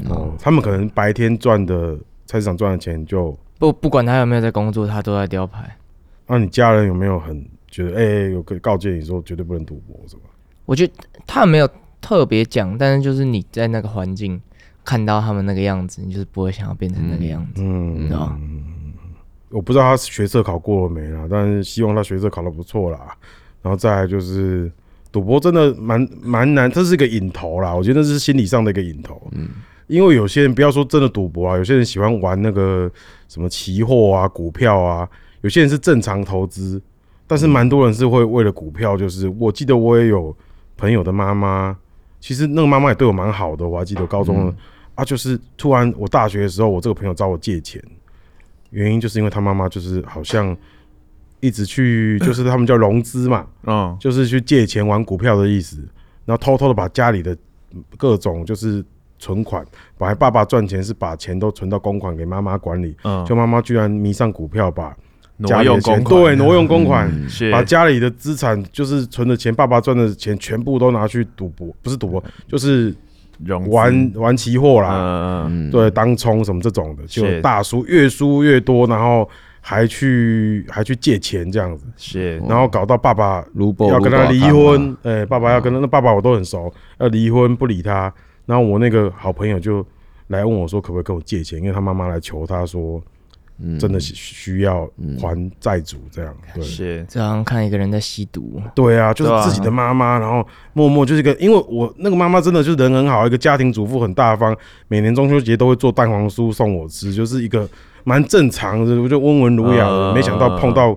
Speaker 2: 哦，他们可能白天赚的菜市场赚的钱就，
Speaker 6: 不不管他有没有在工作，他都在吊牌。
Speaker 2: 那你家人有没有很觉得，哎、有个告诫你说绝对不能赌博什么？
Speaker 6: 我觉得他没有特别讲，但是就是你在那个环境看到他们那个样子，你就是不会想要变成那个样子，你
Speaker 2: 嗯
Speaker 6: 知，道吗？
Speaker 2: 我不知道他学测考过了没啦，但是希望他学测考得不错啦。然后再来就是赌博真的蛮蛮难，这是一个引头啦，我觉得这是心理上的一个引头。嗯，因为有些人不要说真的赌博啊，有些人喜欢玩那个什么期货啊、股票啊，有些人是正常投资，但是蛮多人是会为了股票，就是我记得我也有朋友的妈妈，其实那个妈妈也对我蛮好的，我还记得高中的、啊，就是突然我大学的时候，我这个朋友找我借钱。原因就是因为他妈妈就是好像一直去， 就是他们叫融资嘛，
Speaker 5: 嗯，
Speaker 2: 就是去借钱玩股票的意思，然后偷偷的把家里的各种就是存款，本来爸爸赚钱是把钱都存到公款给妈妈管理，
Speaker 5: 嗯
Speaker 2: 就妈妈居然迷上股票，把
Speaker 5: 挪
Speaker 2: 家里的
Speaker 5: 用
Speaker 2: 钱
Speaker 5: 公款，嗯
Speaker 2: 对挪用公款，
Speaker 5: 谢
Speaker 2: 把家里的资产就是存的钱，爸爸赚的钱全部都拿去赌博，不是赌博，就是
Speaker 5: 融资
Speaker 2: 玩玩期货啦，
Speaker 5: 嗯嗯
Speaker 7: 嗯，
Speaker 2: 对，当冲什么这种的，就是大输越输越多，然后还去还去借钱这样子，
Speaker 5: 谢
Speaker 2: 然后搞到爸爸
Speaker 7: 卢布
Speaker 2: 要跟他离婚，哎、爸爸要跟他，那爸爸我都很熟，要离婚不理他，然后我那个好朋友就来问我说可不可以跟我借钱，因为他妈妈来求他说真的需需要还债主这样，对。
Speaker 5: 谢
Speaker 6: 这好像看一个人在吸毒，
Speaker 2: 对啊，就
Speaker 5: 对啊
Speaker 2: 是自己的妈妈，然后默默就是一个，因为我那个妈妈真的就是人很好，一个家庭主妇很大方，每年中秋节都会做蛋黄酥送我吃，就是一个蛮正常的，我就温文儒雅的。
Speaker 5: 嗯
Speaker 2: 没想到碰到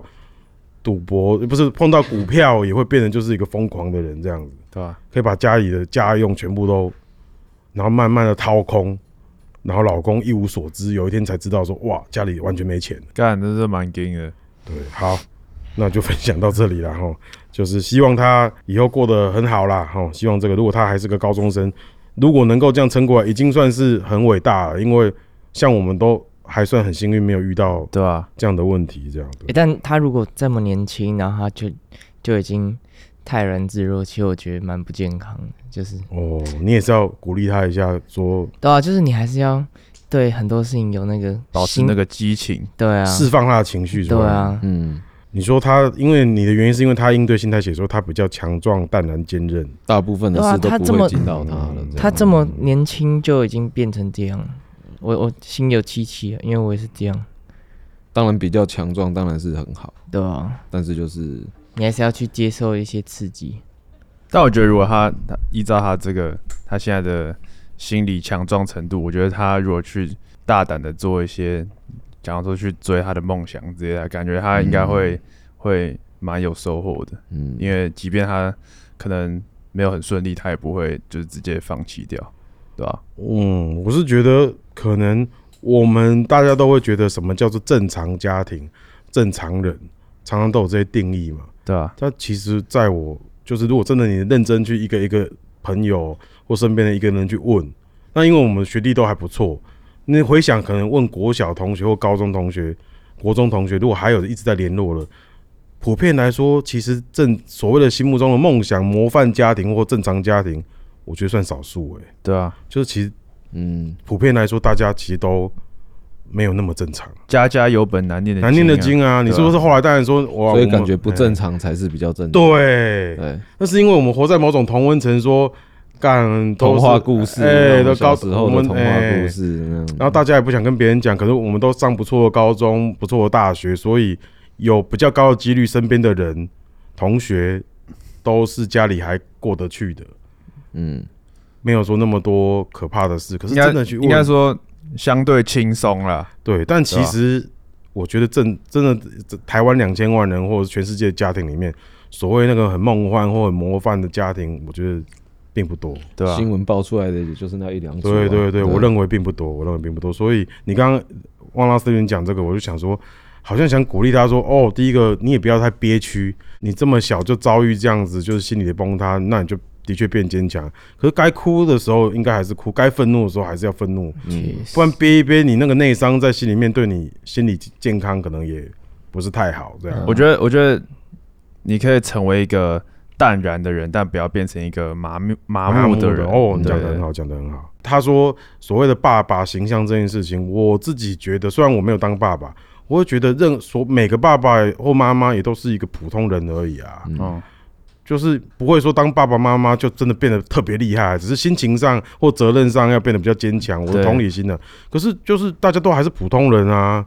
Speaker 2: 赌博，不是碰到股票也会变成就是一个疯狂的人这样子，
Speaker 5: 对吧？
Speaker 2: 可以把家里的家用全部都，然后慢慢的掏空，然后老公一无所知，有一天才知道说哇，家里完全没钱。
Speaker 5: 干，真是蛮硬的。
Speaker 2: 对，好，那就分享到这里了哈。就是希望他以后过得很好啦哈。希望这个，如果他还是个高中生，如果能够这样撑过来，已经算是很伟大了。因为像我们都还算很幸运，没有遇到
Speaker 5: 对吧？
Speaker 2: 这样的问题，这样
Speaker 6: 诶、
Speaker 2: 对。
Speaker 6: 但他如果这么年轻，然后他就就已经泰然自若，其实我觉得蛮不健康的。就是
Speaker 2: 哦，你也是要鼓励他一下，说
Speaker 6: 对啊，就是你还是要对很多事情有那个
Speaker 5: 保持
Speaker 6: 心
Speaker 5: 那个激情，
Speaker 6: 对啊，
Speaker 2: 释放他的情绪，是吧
Speaker 6: 对。啊，
Speaker 7: 嗯，
Speaker 2: 你说他，因为你的原因是因为他应对心态写说他比较强壮、淡然、坚韧。
Speaker 7: 大部分的
Speaker 6: 对啊
Speaker 7: 事都
Speaker 6: 他这
Speaker 7: 不
Speaker 6: 么
Speaker 7: 会惊到他了。
Speaker 6: 他这么年轻就已经变成这样了，我我心有戚戚，啊因为我也是这样，
Speaker 7: 当然比较强壮，当然是很好，
Speaker 6: 对啊，
Speaker 7: 但是就是
Speaker 6: 你还是要去接受一些刺激，
Speaker 5: 但我觉得如果他他依照他这个他现在的心理强壮程度，我觉得他如果去大胆的做一些，假如说去追他的梦想之类的，感觉他应该会、会蛮有收获的。
Speaker 7: 嗯，
Speaker 5: 因为即便他可能没有很顺利，他也不会就是直接放弃掉，对吧、
Speaker 2: 嗯，我是觉得可能我们大家都会觉得什么叫做正常家庭、正常人，常常都有这些定义嘛。
Speaker 5: 对啊，
Speaker 2: 但其实，在我就是如果真的你认真去一个一个朋友或身边的一个人去问，那因为我们学历都还不错，你回想可能问国小同学或高中同学、国中同学，如果还有一直在联络了。普遍来说，其实正所谓的心目中的梦想、模范家庭或正常家庭，我觉得算少数诶、
Speaker 5: 对啊，
Speaker 2: 就是其实
Speaker 7: 嗯
Speaker 2: 普遍来说，大家其实都没有那么正常，
Speaker 5: 家家有本难念的
Speaker 2: 难念的
Speaker 5: 经啊，
Speaker 2: 经啊。你是不是后来当然说，哇，
Speaker 7: 所以
Speaker 2: 我们
Speaker 7: 感觉不正
Speaker 2: 哎
Speaker 7: 常才是比较正常。
Speaker 2: 对，
Speaker 7: 对，
Speaker 2: 那是因为我们活在某种同温层，说干都是
Speaker 7: 童话故事，
Speaker 2: 哎，
Speaker 7: 那
Speaker 2: 都
Speaker 7: 种
Speaker 2: 高
Speaker 7: 小时候
Speaker 2: 我
Speaker 7: 的
Speaker 2: 们
Speaker 7: 童话
Speaker 2: 哎
Speaker 7: 故事那样。
Speaker 2: 然后大家也不想跟别人讲，可是我们都上不错的高中、不错的大学，所以有比较高的几率，身边的人、同学都是家里还过得去的，
Speaker 7: 嗯，
Speaker 2: 没有说那么多可怕的事。可是
Speaker 5: 应该
Speaker 2: 真的去问
Speaker 5: 应该说相对轻松啦，
Speaker 2: 对，但其
Speaker 5: 对吧
Speaker 2: 实我觉得正真的这台湾两千万人或者全世界的家庭里面，所谓那个很梦幻或很模范的家庭，我觉得并不多。
Speaker 5: 对吧、
Speaker 7: 新闻爆出来的也就是那一两组啊。
Speaker 2: 啊对对对，我
Speaker 7: 认
Speaker 2: 认为并不多，我认为并不多。所以你刚刚汪老师讲这个，我就想说，好像想鼓励他说，哦，第一个你也不要太憋屈，你这么小就遭遇这样子，就是心理的崩塌，那你就的确变坚强。可是该哭的时候应该还是哭，该愤怒的时候还是要愤怒，
Speaker 6: 确实
Speaker 2: 不然憋一憋，你那个内伤在心里面，对你心理健康可能也不是太好。这样，
Speaker 5: 我觉得，我觉得你可以成为一个淡然的人，但不要变成一个麻木麻木的人。
Speaker 2: 哦，你
Speaker 5: 对
Speaker 2: 讲的很好，讲的很好。他说所谓的爸爸形象这件事情，我自己觉得，虽然我没有当爸爸，我会觉得任所每个爸爸或妈妈也都是一个普通人而已啊，
Speaker 5: 嗯，
Speaker 2: 就是不会说当爸爸妈妈就真的变得特别厉害，只是心情上或责任上要变得比较坚强。我
Speaker 5: 对
Speaker 2: 是同理心的，可是就是大家都还是普通人啊。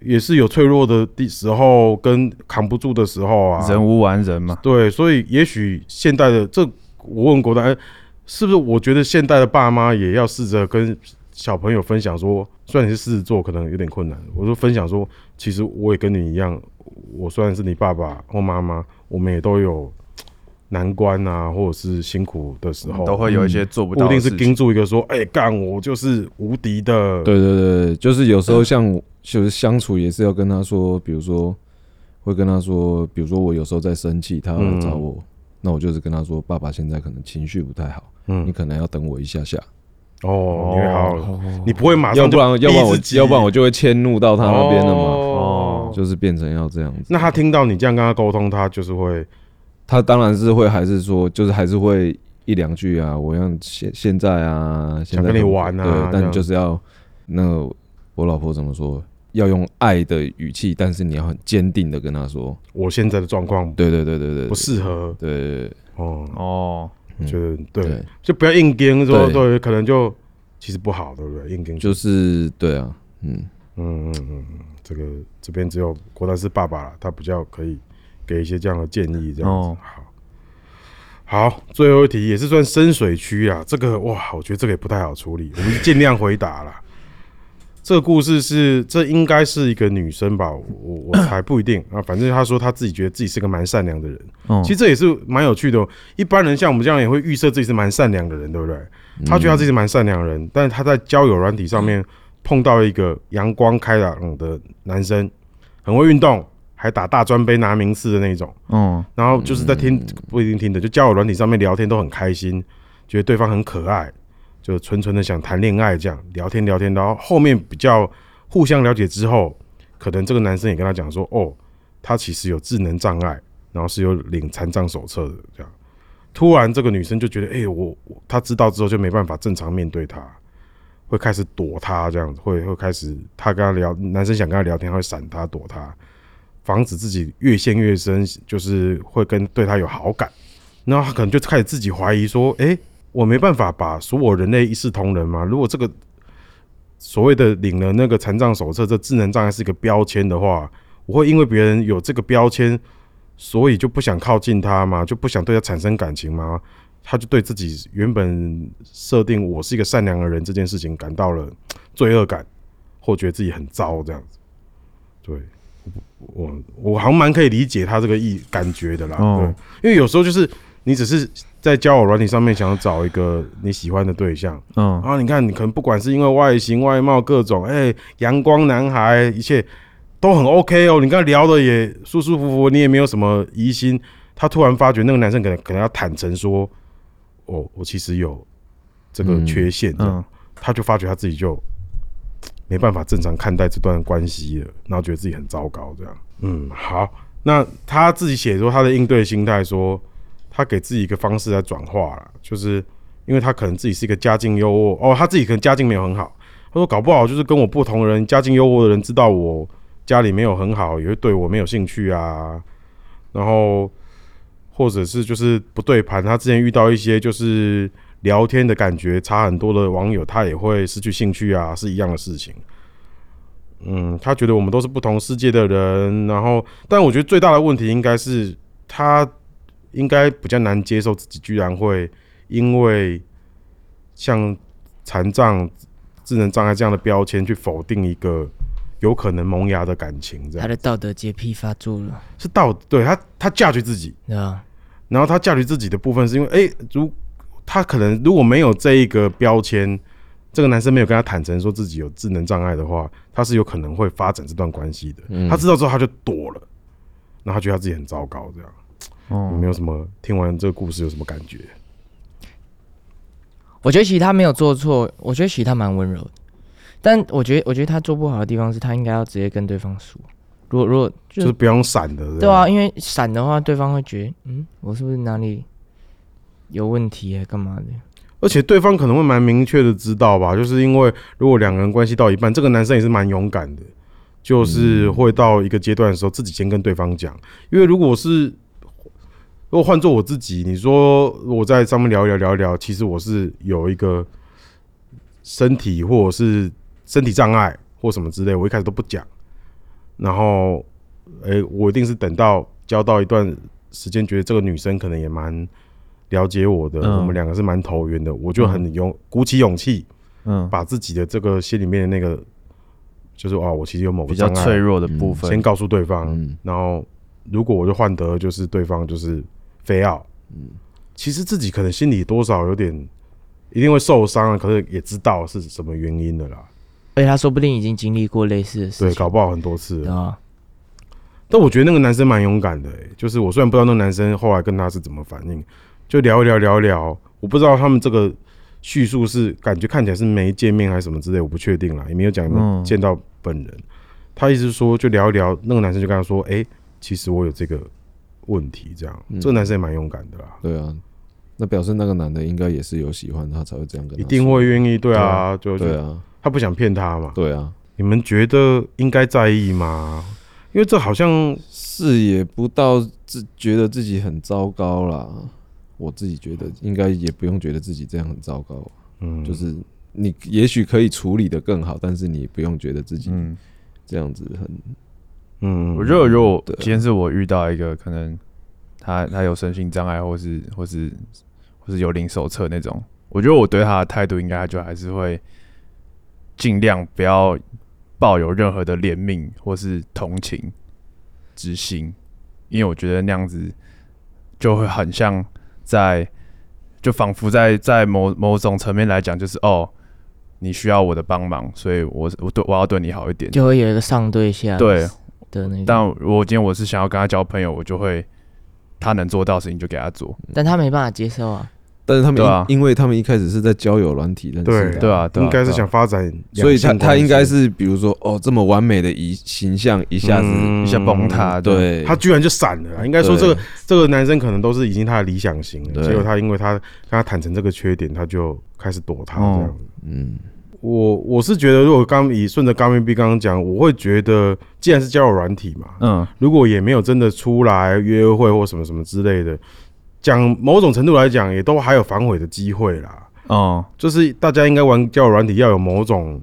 Speaker 2: 也是有脆弱的地时候，跟扛不住的时候啊，
Speaker 5: 人无完人嘛。
Speaker 2: 对，所以也许现代的这，我问国丹，哎是不是？我觉得现代的爸妈也要试着跟小朋友分享说，虽然你是狮子座，可能有点困难，我就分享说，其实我也跟你一样，我虽然是你爸爸或妈妈，我们也都有难关啊，或者是辛苦的时候，
Speaker 5: 都会有一些做不
Speaker 2: 不
Speaker 5: 到
Speaker 2: 一哦嗯定
Speaker 5: 的
Speaker 2: 是
Speaker 5: 事
Speaker 2: 盯
Speaker 5: 情。
Speaker 2: 住一个说，哎、干我就是无敌的，
Speaker 7: 对对对，对就是有时候像我就是相处也是要跟他说，比如说会跟他说，比如说我有时候在生气，他
Speaker 2: 嗯
Speaker 7: 来找我，那我就是跟他说，爸爸现在可能情绪不太好，你
Speaker 2: 嗯，
Speaker 7: 可能要等我一下下，
Speaker 2: 哦，你会好，
Speaker 7: 哦
Speaker 2: 你不会马
Speaker 7: 要
Speaker 2: 上
Speaker 7: 不
Speaker 2: 就
Speaker 7: 然要不然我
Speaker 2: 逼自己
Speaker 7: 要不然我就会迁怒到他那边了嘛，
Speaker 2: 哦，
Speaker 7: 就是变成要这样子。
Speaker 2: 那他听到你这样跟他沟通，他就是会。
Speaker 7: 他当然是会还是说，就是还是会一两句啊，我要现现在啊，现
Speaker 2: 想
Speaker 7: 在
Speaker 2: 跟你
Speaker 7: 可不
Speaker 2: 玩啊
Speaker 7: 对，
Speaker 2: 这
Speaker 7: 但
Speaker 2: 样
Speaker 7: 就是要那个我老婆怎么说，要用爱的语气，但是你要很坚定的跟她说，
Speaker 2: 我现在的状况
Speaker 7: 对对对对对，
Speaker 2: 不适合
Speaker 7: 对，对对
Speaker 2: 哦，
Speaker 5: 哦，
Speaker 7: 嗯
Speaker 2: 觉得对
Speaker 7: 对，，
Speaker 2: 就不要硬跟说
Speaker 7: 对
Speaker 2: 对，可能就其实不好，对不对？硬跟
Speaker 7: 就是对啊，嗯，
Speaker 2: 嗯嗯嗯，嗯这个这边只有国丹是爸爸啦，他比较可以给一些这样的建议，这样子
Speaker 5: 哦
Speaker 2: 好。好，最后一题也是算深水区啊，这个哇，我觉得这个也不太好处理，我们尽量回答啦。 这个故事是，这应该是一个女生吧，我我我猜不一定啊。反正她说她自己觉得自己是个蛮善良的人，
Speaker 5: 嗯
Speaker 2: 其实这也是蛮有趣的、哦。一般人像我们这样也会预设自己是蛮善良的人，对不对？
Speaker 7: 嗯
Speaker 2: 他觉得他自己是蛮善良的人，但是他在交友软体上面碰到一个阳光开朗的男生，很会运动，还打大专杯拿名次的那种。
Speaker 5: 嗯，
Speaker 2: 然后就是在听、不一定听的，就交友软体上面聊天都很开心，觉得对方很可爱，就纯纯的想谈恋爱这样聊天聊天，然后后面比较互相了解之后，可能这个男生也跟他讲说，哦，他其实有智能障碍，然后是有领残障手册的这样。突然这个女生就觉得，哎、我我他知道之后就没办法正常面对他。会开始躲他，这样子会会开始，他跟他聊，男生想跟他聊天，他会闪他躲他，防止自己越陷越深，就是会跟对他有好感。那他可能就开始自己怀疑说：“诶，我没办法把所有人类一视同仁嘛？如果这个所谓的领了那个残障手册，这智能障碍是一个标签的话，我会因为别人有这个标签，所以就不想靠近他嘛，就不想对他产生感情嘛？他就对自己原本设定我是一个善良的人这件事情感到了罪恶感，或觉得自己很糟这样子。对，我我好像蛮可以理解他这个意感觉的啦。
Speaker 5: 哦
Speaker 2: 对，因为有时候就是你只是在交友软体上面想要找一个你喜欢的对象，
Speaker 5: 嗯，
Speaker 2: 啊，你看，你可能不管是因为外形、外貌各种，哎、阳光男孩，一切都很 OK 哦。你跟他聊的也舒舒服服，你也没有什么疑心。他突然发觉那个男生可能可能要坦诚说，哦，我其实有这个
Speaker 7: 嗯
Speaker 2: 缺陷，这样、
Speaker 5: 嗯，
Speaker 2: 他就发觉他自己就没办法正常看待这段关系了，然后觉得自己很糟糕，这样。嗯，好，那他自己写说他的应对心态说，他给自己一个方式来转化了，就是因为他可能自己是一个家境优渥，哦，他自己可能家境没有很好，他说搞不好就是跟我不同人，家境优渥的人知道我家里没有很好，也会对我没有兴趣啊，然后。或者是就是不对盘，他之前遇到一些就是聊天的感觉差很多的网友，他也会失去兴趣啊，是一样的事情。嗯，他觉得我们都是不同世界的人，然后，但我觉得最大的问题应该是他应该比较难接受自己居然会因为像残障、智能障碍这样的标签去否定一个有可能萌芽的感情，这
Speaker 6: 他
Speaker 2: 样
Speaker 6: 的道德洁癖发作了，
Speaker 2: 是道对他他嫁娶自己，
Speaker 6: 对啊吧？
Speaker 2: 然后他驾驭自己的部分是因为，哎、如他可能如果没有这一个标签，这个男生没有跟他坦诚说自己有智能障碍的话，他是有可能会发展这段关系的。他知道之后他就躲了，然后他觉得他自己很糟糕，这样。
Speaker 5: 哦
Speaker 2: 有没有什么听完这个故事有什么感觉？
Speaker 6: 我觉得其实他没有做错，我觉得其实他蛮温柔的，但我觉得我觉得他做不好的地方是他应该要直接跟对方说，如果如果就
Speaker 2: 就是不用闪的，
Speaker 6: 对啊，，因为闪的话，对方会觉得，嗯，我是不是哪里有问题啊，干嘛的？
Speaker 2: 而且对方可能会蛮明确的知道吧，就是因为如果两个人关系到一半，这个男生也是蛮勇敢的，就是会到一个阶段的时候，自己先跟对方讲，因为如果是如果换做我自己，你说我在上面聊一聊聊一聊，其实我是有一个身体或者是身体障碍或什么之类，我一开始都不讲，然后诶、我一定是等到交到一段时间，觉得这个女生可能也蛮了解我的，
Speaker 5: 嗯
Speaker 2: 我们两个是蛮投缘的，我就很勇鼓起勇气，
Speaker 5: 嗯，
Speaker 2: 把自己的这个心里面的那个，就是哦，我其实有某个
Speaker 5: 比较
Speaker 2: 障碍
Speaker 5: 脆弱的部分，
Speaker 2: 先告诉对方，
Speaker 7: 嗯
Speaker 2: 然后如果我就换得就是对方就是非要，
Speaker 5: 嗯
Speaker 2: 其实自己可能心里多少有点一定会受伤啊，可是也知道是什么原因的啦，
Speaker 6: 而且他说不定已经经历过类似的事
Speaker 2: 对，
Speaker 6: 情，
Speaker 2: 搞不好很多次
Speaker 6: 对啊
Speaker 2: 了。
Speaker 6: 吧？
Speaker 2: 但我觉得那个男生蛮勇敢的、欸，就是我虽然不知道那个男生后来跟他是怎么反应，就聊一聊聊一聊，我不知道他们这个叙述是感觉看起来是没见面还是什么之类，我不确定啦，也没有讲有没有
Speaker 5: 嗯
Speaker 2: 见到本人。他意思是说就聊一聊，那个男生就跟他说：“哎、其实我有这个问题。”这样，
Speaker 7: 嗯
Speaker 2: 这个男生也蛮勇敢的啦，
Speaker 7: 对啊，那表示那个男的应该也是有喜欢他才会这样跟他
Speaker 2: 一
Speaker 7: 说，
Speaker 2: 定会愿意。对啊，就
Speaker 7: 嗯对
Speaker 2: 就
Speaker 7: 啊，
Speaker 2: 他不想骗他嘛。
Speaker 7: 对啊，
Speaker 2: 你们觉得应该在意吗？因为这好像
Speaker 7: 是也不到自觉得自己很糟糕啦。我自己觉得应该也不用觉得自己这样很糟糕，
Speaker 2: 嗯，
Speaker 7: 就是你也许可以处理的更好，但是你不用觉得自己
Speaker 5: 嗯，
Speaker 7: 这样子很
Speaker 2: 嗯，
Speaker 5: 我觉得如果
Speaker 7: 对啊
Speaker 5: 今天是我遇到一个可能他他有身心障碍，或是或是或是有零手册那种，我觉得我对他的态度应该就还是会尽量不要抱有任何的怜悯或是同情之心，因为我觉得那样子就会很像在就仿佛在在某某种层面来讲，就是哦。你需要我的帮忙，所以我我对我要对你好一点，
Speaker 6: 就会有一个上对下
Speaker 5: 对
Speaker 6: 的那个，
Speaker 5: 但如果今天我是想要跟他交朋友，我就会他能做到的事情就给他做。
Speaker 6: 但他没办法接受啊，
Speaker 7: 但是他们
Speaker 5: 对
Speaker 7: 因、
Speaker 5: 啊
Speaker 7: 因为他们一开始是在交友软体认识
Speaker 2: 对
Speaker 7: 的
Speaker 5: 对，啊，对啊
Speaker 2: 应该是
Speaker 5: 对啊
Speaker 2: 想发展
Speaker 7: 所
Speaker 2: 两
Speaker 7: 以
Speaker 2: 性
Speaker 7: 他
Speaker 2: 关系，
Speaker 7: 他应该是比如说哦这么完美的一形象一下子、
Speaker 2: 嗯
Speaker 5: 一下崩塌。对，
Speaker 7: 对
Speaker 2: 他居然就闪了啦。啊应该说这个
Speaker 7: 对
Speaker 2: 这个男生可能都是已经他的理想型了，
Speaker 7: 对
Speaker 2: 结果他因为他跟他坦诚这个缺点，他就开始躲他这样。
Speaker 7: 嗯
Speaker 2: 我我是觉得，如果刚以顺着刚面 B 刚刚讲，我会觉得，既然是交友软体嘛，
Speaker 5: 嗯，
Speaker 2: 如果也没有真的出来约会或什么什么之类的，讲某种程度来讲，也都还有反悔的机会啦。
Speaker 5: 哦，
Speaker 2: 就是大家应该玩交友软体要有某种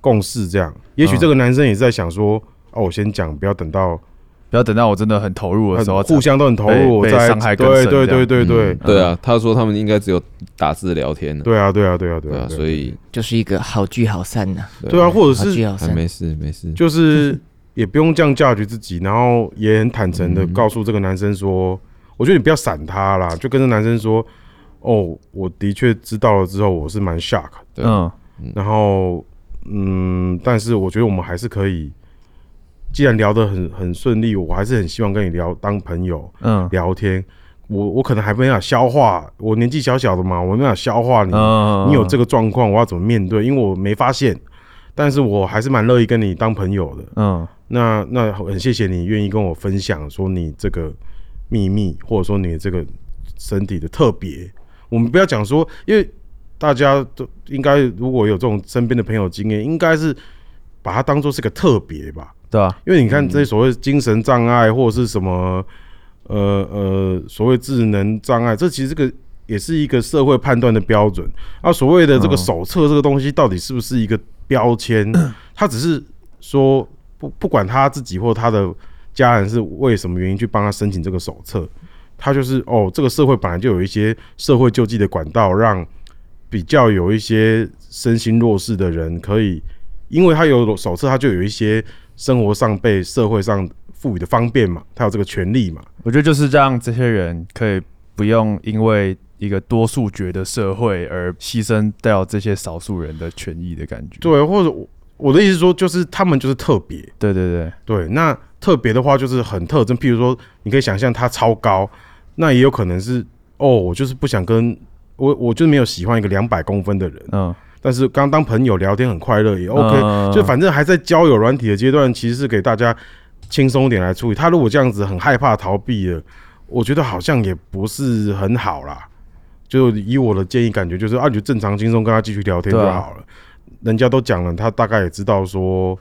Speaker 2: 共识，这样。也许这个男生也是在想说，哦，我先讲，不要等到
Speaker 5: 不要等到我真的很投入的时候，
Speaker 2: 互相都很投
Speaker 5: 被
Speaker 2: 入，我
Speaker 5: 被
Speaker 2: 在
Speaker 5: 伤害更
Speaker 2: 对
Speaker 5: 深这
Speaker 2: 对对
Speaker 5: 样
Speaker 2: 对对
Speaker 7: 嗯对啊，他说他们应该只有打字聊天了，
Speaker 2: 对啊对啊对啊
Speaker 7: 对
Speaker 2: 对
Speaker 7: 啊，
Speaker 2: 啊，
Speaker 7: 所以
Speaker 6: 就是一个好聚好散呐、
Speaker 2: 对啊，，或者
Speaker 6: 好
Speaker 2: 是
Speaker 6: 聚好
Speaker 7: 哎
Speaker 6: 散。
Speaker 7: 没事没事，
Speaker 2: 就是也不用这样嫁绝自己，然后也很坦诚的
Speaker 7: 嗯
Speaker 2: 告诉这个男生说，我觉得你不要闪他啦，就跟这男生说，哦，我的确知道了之后，我是蛮 shock，的
Speaker 7: 对
Speaker 5: 嗯，
Speaker 2: 然后嗯，但是我觉得我们还是可以。既然聊得很很顺利，我还是很希望跟你聊当朋友
Speaker 5: 嗯
Speaker 2: 聊天。我我可能还没有消化，我年纪小小的嘛，我没有消化你
Speaker 5: 嗯，
Speaker 2: 你有这个状况，我要怎么面对？因为我没发现，但是我还是蛮乐意跟你当朋友的。
Speaker 5: 嗯
Speaker 2: 那那很谢谢你愿意跟我分享，说你这个秘密，或者说你这个身体的特别。我们不要讲说，因为大家都应该如果有这种身边的朋友经验，应该是把它当做是个特别吧。
Speaker 5: 对啊，
Speaker 2: 因为你看这些所谓精神障碍或者是什么，呃呃，所谓智能障碍，这其实这个也是一个社会判断的标准。啊，所谓的这
Speaker 5: 嗯
Speaker 2: 个手册这个东西，到底是不是一个标签？他只是说不不管他自己或他的家人是为什么原因去帮他申请这个手册，他就是哦，这个社会本来就有一些社会救济的管道，让比较有一些身心弱势的人可以，因为他有手册，他就有一些生活上被社会上赋予的方便嘛，他有这个权利嘛。
Speaker 5: 我觉得就是让这些人可以不用因为一个多数决的社会而牺牲掉这些少数人的权益的感觉。
Speaker 2: 对，或者我我的意思是说，就是他们就是特别，
Speaker 5: 对对对，
Speaker 2: 对，那特别的话就是很特征，譬如说，你可以想象他超高，那也有可能是哦，我就是不想跟我我就是没有喜欢一个两百公分的人，
Speaker 5: 嗯
Speaker 2: 但是刚当朋友聊天很快乐也 OK，、
Speaker 5: 嗯
Speaker 2: 就反正还在交友软体的阶段，其实是给大家轻松一点来处理。他如果这样子很害怕逃避了，我觉得好像也不是很好啦。就以我的建议，感觉就是啊，你就正常轻松跟他继续聊天就
Speaker 5: 对啊
Speaker 2: 好了。人家都讲了，他大概也知道说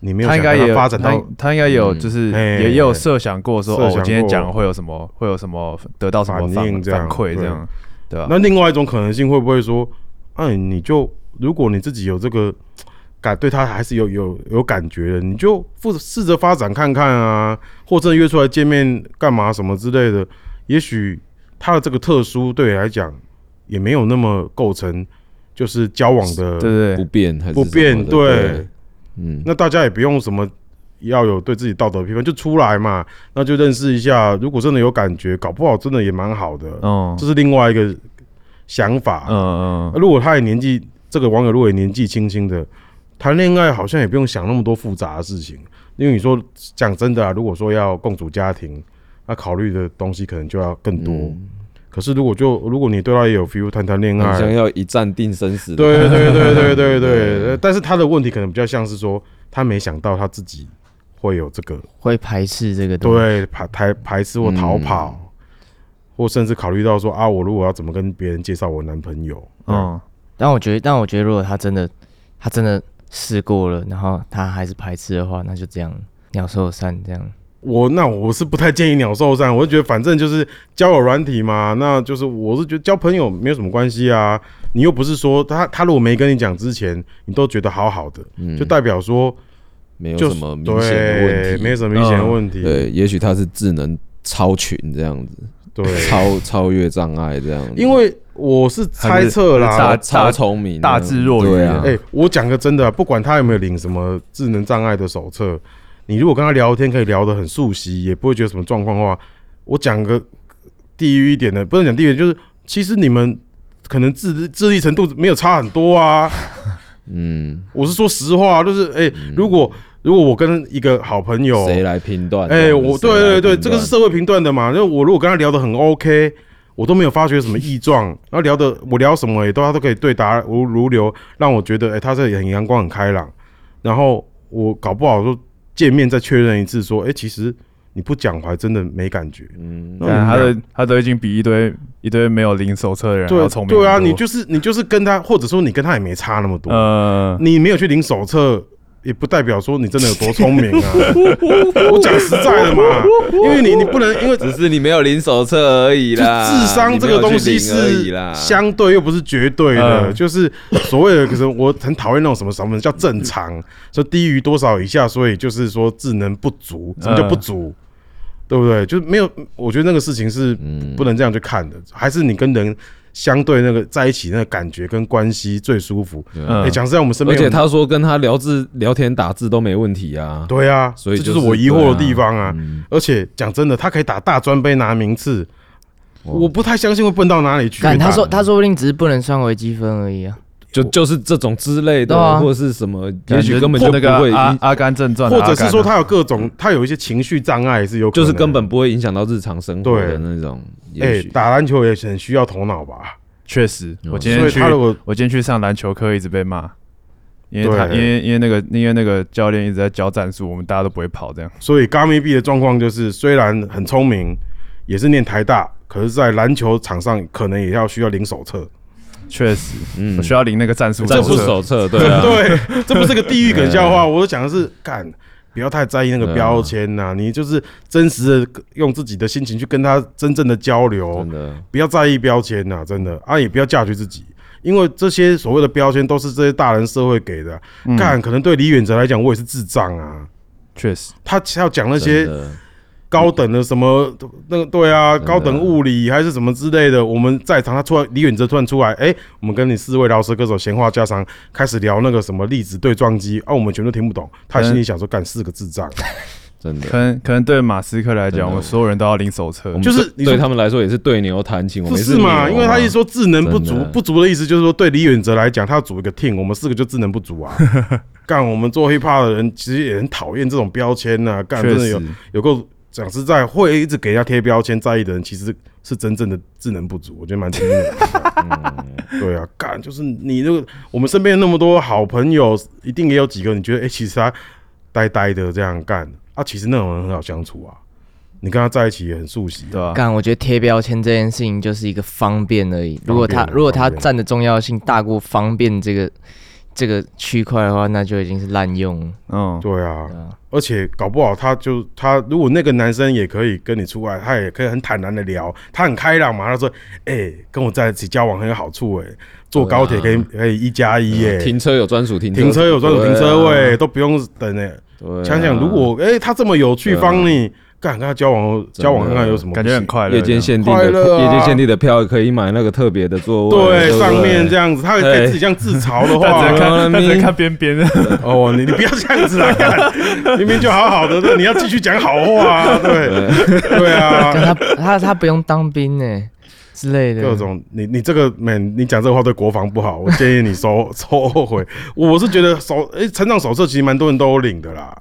Speaker 2: 你没有
Speaker 5: 他
Speaker 2: 想
Speaker 5: 应该也
Speaker 2: 跟
Speaker 5: 有
Speaker 2: 发展到
Speaker 5: 他他应该也有，就是
Speaker 2: 嗯嘿
Speaker 5: 也也有设想过说，
Speaker 2: 设
Speaker 5: 哦，
Speaker 2: 想
Speaker 5: 我今天
Speaker 2: 过
Speaker 5: 讲会有什么，会有什么得到什么
Speaker 2: 反
Speaker 5: 反
Speaker 2: 应这
Speaker 5: 反
Speaker 2: 样
Speaker 5: 馈
Speaker 2: 对
Speaker 5: 这样，对吧？
Speaker 2: 那另外一种可能性会不会说，哎，你就如果你自己有这个感，对他还是有有有感觉的，你就负试着发展看看啊，或者约出来见面干嘛什么之类的，也许他的这个特殊对你来讲也没有那么构成就是交往的
Speaker 5: 对对
Speaker 7: 不变还是
Speaker 2: 不
Speaker 7: 什
Speaker 2: 变，
Speaker 7: 么的
Speaker 2: 对。，
Speaker 7: 嗯，
Speaker 2: 那大家也不用什么要有对自己道德批判，就出来嘛，那就认识一下。如果真的有感觉，搞不好真的也蛮好的。
Speaker 5: 嗯
Speaker 2: 这是另外一个想法。
Speaker 5: 嗯
Speaker 2: 啊如果他也年纪，这个网友如果也年纪轻轻的，谈恋爱好像也不用想那么多复杂的事情，因为你说讲真的啊，如果说要共组家庭，那考虑的东西可能就要更多。
Speaker 7: 嗯
Speaker 2: 可是如果就如果你对他也有 feel，谈谈恋
Speaker 7: 好像
Speaker 2: 爱，
Speaker 7: 要一战定生死的。
Speaker 2: 对对对对 对对，呃但是他的问题可能比较像是说，他没想到他自己会有这个
Speaker 6: 会排斥这个东西。
Speaker 2: 对排排排斥或
Speaker 7: 嗯
Speaker 2: 逃跑，或甚至考虑到说啊，我如果要怎么跟别人介绍我男朋友，
Speaker 5: 嗯
Speaker 6: 但我觉得，但我觉得，如果他真的，他真的试过了，然后他还是排斥的话，那就这样，鸟兽散这样。
Speaker 2: 我那我是不太建议鸟兽散，我就觉得反正就是交友软体嘛，那就是我是觉得交朋友没有什么关系啊。你又不是说他他如果没跟你讲之前，你都觉得好好的，
Speaker 7: 嗯，
Speaker 2: 就代表说
Speaker 7: 没有
Speaker 2: 就
Speaker 7: 什
Speaker 2: 是
Speaker 7: 么明显的
Speaker 2: 对
Speaker 7: 问题，嗯
Speaker 2: 没什么明显的问题，
Speaker 7: 对，也许他是智能超群这样子，
Speaker 2: 对，
Speaker 7: 超超越障碍这样子，
Speaker 2: 因为我是猜测
Speaker 5: 还是还
Speaker 2: 啦
Speaker 5: 是。
Speaker 7: 超聪明啊，
Speaker 5: 大智若愚
Speaker 7: 对啊
Speaker 2: 哎、，我讲个真的啊、不管他有没有领什么智能障碍的手册，你如果跟他聊天可以聊得很熟悉，也不会觉得什么状况的话，我讲个地狱一点的，不能讲地狱，就是其实你们可能智智力程度没有差很多啊。
Speaker 7: 嗯，
Speaker 2: 我是说实话，就是哎、如果如果我跟一个好朋友，
Speaker 7: 谁来评
Speaker 2: 哎、
Speaker 7: 断？这样子
Speaker 2: 我
Speaker 7: 谁来
Speaker 2: 对对对，
Speaker 7: 评断
Speaker 2: 这个是社会评断的嘛。那我如果跟他聊得很 OK，我都没有发觉什么异状，然后聊的我聊什么也都他都可以对答如如流，让我觉得哎、他这里很阳光很开朗。然后我搞不好说见面再确认一次说、哎其实你不讲我还真的没感觉。
Speaker 7: 嗯，
Speaker 2: 那
Speaker 5: 但
Speaker 2: 你
Speaker 5: 他
Speaker 2: 聊
Speaker 5: 的他都已经比一堆一堆没有零手册的人还要聪
Speaker 2: 对
Speaker 5: 明
Speaker 2: 对啊，
Speaker 5: 很多
Speaker 2: 你就是你就是跟他，或者说你跟他也没差那么多，
Speaker 5: 呃
Speaker 2: 你没有去领手册，也不代表说你真的有多聪明 啊。我讲实在的嘛，因为你你不能因为
Speaker 7: 只是你没有领手册而已
Speaker 2: 就
Speaker 7: 啦，
Speaker 2: 智商这个东西
Speaker 7: 你没有去领而已
Speaker 2: 是
Speaker 7: 啦，
Speaker 2: 相对又不是绝对的，
Speaker 5: 嗯
Speaker 2: 就是所谓的，可是我很讨厌那种什么什么叫正常，说低于多少以下，所以就是说智能不足，什么
Speaker 7: 嗯
Speaker 2: 叫不足？对不对？就是没有，我觉得那个事情是
Speaker 7: 嗯
Speaker 2: 不能这样去看的，还是你跟人相对那个在一起那个感觉跟关系最舒服。哎、
Speaker 5: 嗯，
Speaker 2: 讲实在，我们身
Speaker 7: 而
Speaker 2: 边有
Speaker 7: 且他说跟他聊字聊天打字都没问题啊，
Speaker 2: 对啊，
Speaker 7: 所以
Speaker 2: 这
Speaker 7: 就
Speaker 2: 就是是我疑惑的地方
Speaker 7: 对
Speaker 2: 啊。
Speaker 7: 啊嗯
Speaker 2: 而且讲真的，他可以打大专杯拿名次，
Speaker 7: 哇
Speaker 2: 我不太相信会笨到哪里去。
Speaker 6: 但他说，他说不定只是不能算微积分而已啊。
Speaker 7: 就就是这种之类
Speaker 6: 对
Speaker 7: 的，
Speaker 6: 啊
Speaker 7: 或者是什么，
Speaker 5: 感
Speaker 7: 也
Speaker 5: 觉
Speaker 7: 许根本就
Speaker 5: 那
Speaker 7: 不
Speaker 5: 个
Speaker 7: 会
Speaker 5: 阿
Speaker 7: 影，
Speaker 5: 阿甘正
Speaker 7: 呃
Speaker 5: 传的
Speaker 2: 或
Speaker 5: 阿甘啊，
Speaker 2: 者是说他有各种，他有一些情绪障碍是有可
Speaker 7: 就
Speaker 2: 能
Speaker 7: 是
Speaker 2: 的，
Speaker 7: 根本不会影响到日常生活的那种，
Speaker 2: 哎、
Speaker 7: 也许
Speaker 2: 打篮球也很需要头脑吧，
Speaker 5: 确实，
Speaker 7: 嗯
Speaker 5: 我今
Speaker 2: 所
Speaker 5: 天
Speaker 2: 以
Speaker 5: 去
Speaker 2: 他如果
Speaker 5: 我今天去上篮球课一直被骂，因为他
Speaker 2: 对
Speaker 5: 因为因为那个因为那个教练一直在教战术，我们大家都不会跑这样。
Speaker 2: 所以 Gummy B 的状况就是，虽然很聪明，也是念台大，可是，在篮球场上可能也要需要领手册。
Speaker 5: 确实，
Speaker 7: 嗯
Speaker 5: 我需要领那个战术
Speaker 7: 战术
Speaker 5: 册
Speaker 7: 手册，对 啊，
Speaker 2: 对，这不是个地狱梗笑话，我讲的是干。不要太在意那
Speaker 7: 啊
Speaker 2: 个标签呐、你就是真实的用自己的心情去跟他真正的交流
Speaker 7: 真，的，
Speaker 2: 不要在意标签呐、真的啊，也不要嫁娶自己，因为这些所谓的标签都是这些大人社会给的啊、
Speaker 5: 嗯
Speaker 2: 干、可能对李远哲来讲，我也是智障啊。
Speaker 5: 确实，
Speaker 2: 他要讲那
Speaker 7: 那
Speaker 2: 些高等的什么，那个对啊，
Speaker 7: 的
Speaker 2: 高等物理还是什么之类的。我们在场，他突然李远哲突然出来，哎、我们跟你四位饶舌歌手闲话家常，开始聊那个什么粒子对撞机啊，我们全都听不懂。他心里想说，干四个智障，
Speaker 7: 真的
Speaker 5: 可。能可能对马斯克来
Speaker 7: 真的
Speaker 5: 讲，我们所有人都要领手
Speaker 7: 我
Speaker 5: 册
Speaker 7: 们。
Speaker 2: 就是
Speaker 7: 对
Speaker 2: 你说
Speaker 7: 对他们来说也是对牛弹琴，我
Speaker 2: 不
Speaker 7: 们也
Speaker 2: 是嘛？
Speaker 7: 牛啊
Speaker 2: 因为他一说智能不足
Speaker 7: 真的，
Speaker 2: 不足的意思就是说，对李远哲来讲，他要组一个 team，我们四个就智能不足啊。 干，我们做 hiphop 的人其实也很讨厌这种标签呐、干，真
Speaker 5: 确
Speaker 2: 的有
Speaker 5: 实，
Speaker 2: 有够讲实在，会一直给人家贴标签在意的人，其实是真正的智能不足，我觉得蛮惊人的。对啊，干就是你那个，我们身边那么多好朋友，一定也有几个你觉得，哎、其实他呆呆的这样干，啊，其实那种人很好相处啊，你跟他在一起也很熟悉、
Speaker 5: 对吧、
Speaker 6: 干，我觉得贴标签这件事情就是一个方便而已。如果它
Speaker 2: 方便
Speaker 6: 如果它
Speaker 2: 方便
Speaker 6: 占的重要性大过方便这个这个区块的话，那就已经是滥用了。
Speaker 5: 嗯，
Speaker 2: 对啊
Speaker 6: 对啊，
Speaker 2: 而且搞不好他就他，如果那个男生也可以跟你出来，他也可以很坦然的聊，他很开朗嘛。他说：“哎、跟我在一起交往很有好处哎、坐高铁可以可以一加一
Speaker 7: 啊
Speaker 2: 耶，
Speaker 3: 停车有专属停车，
Speaker 2: 停车有专属停车位，都不用等哎、
Speaker 3: 对啊。
Speaker 2: 想想如果哎、他这么有趣，
Speaker 3: 对啊
Speaker 2: 帮你干跟他交往
Speaker 3: 的
Speaker 2: 交往看看有什么不
Speaker 5: 感
Speaker 2: 行
Speaker 5: 觉很快乐。
Speaker 3: 夜间限定
Speaker 2: 快
Speaker 3: 的
Speaker 2: 乐啊
Speaker 3: 夜间限定的票可以买那个特别的座位，
Speaker 2: 对
Speaker 3: 不
Speaker 2: 上面这样子，他可以自己这样自嘲的
Speaker 5: 但
Speaker 2: 话
Speaker 5: 只能，
Speaker 3: 哇
Speaker 5: 看，但只能看边边。
Speaker 2: 哦，你你不要这样子啊！干 明明就好好的，对，你要继续讲好话啊，对对 啊，
Speaker 6: 但他他他不用当兵呢之类的。
Speaker 2: 各种你你这个 man，你讲这个话对国防不好，我建议你收 收后悔。我是觉得手诶、成长手册其实蛮多人都有领的啦，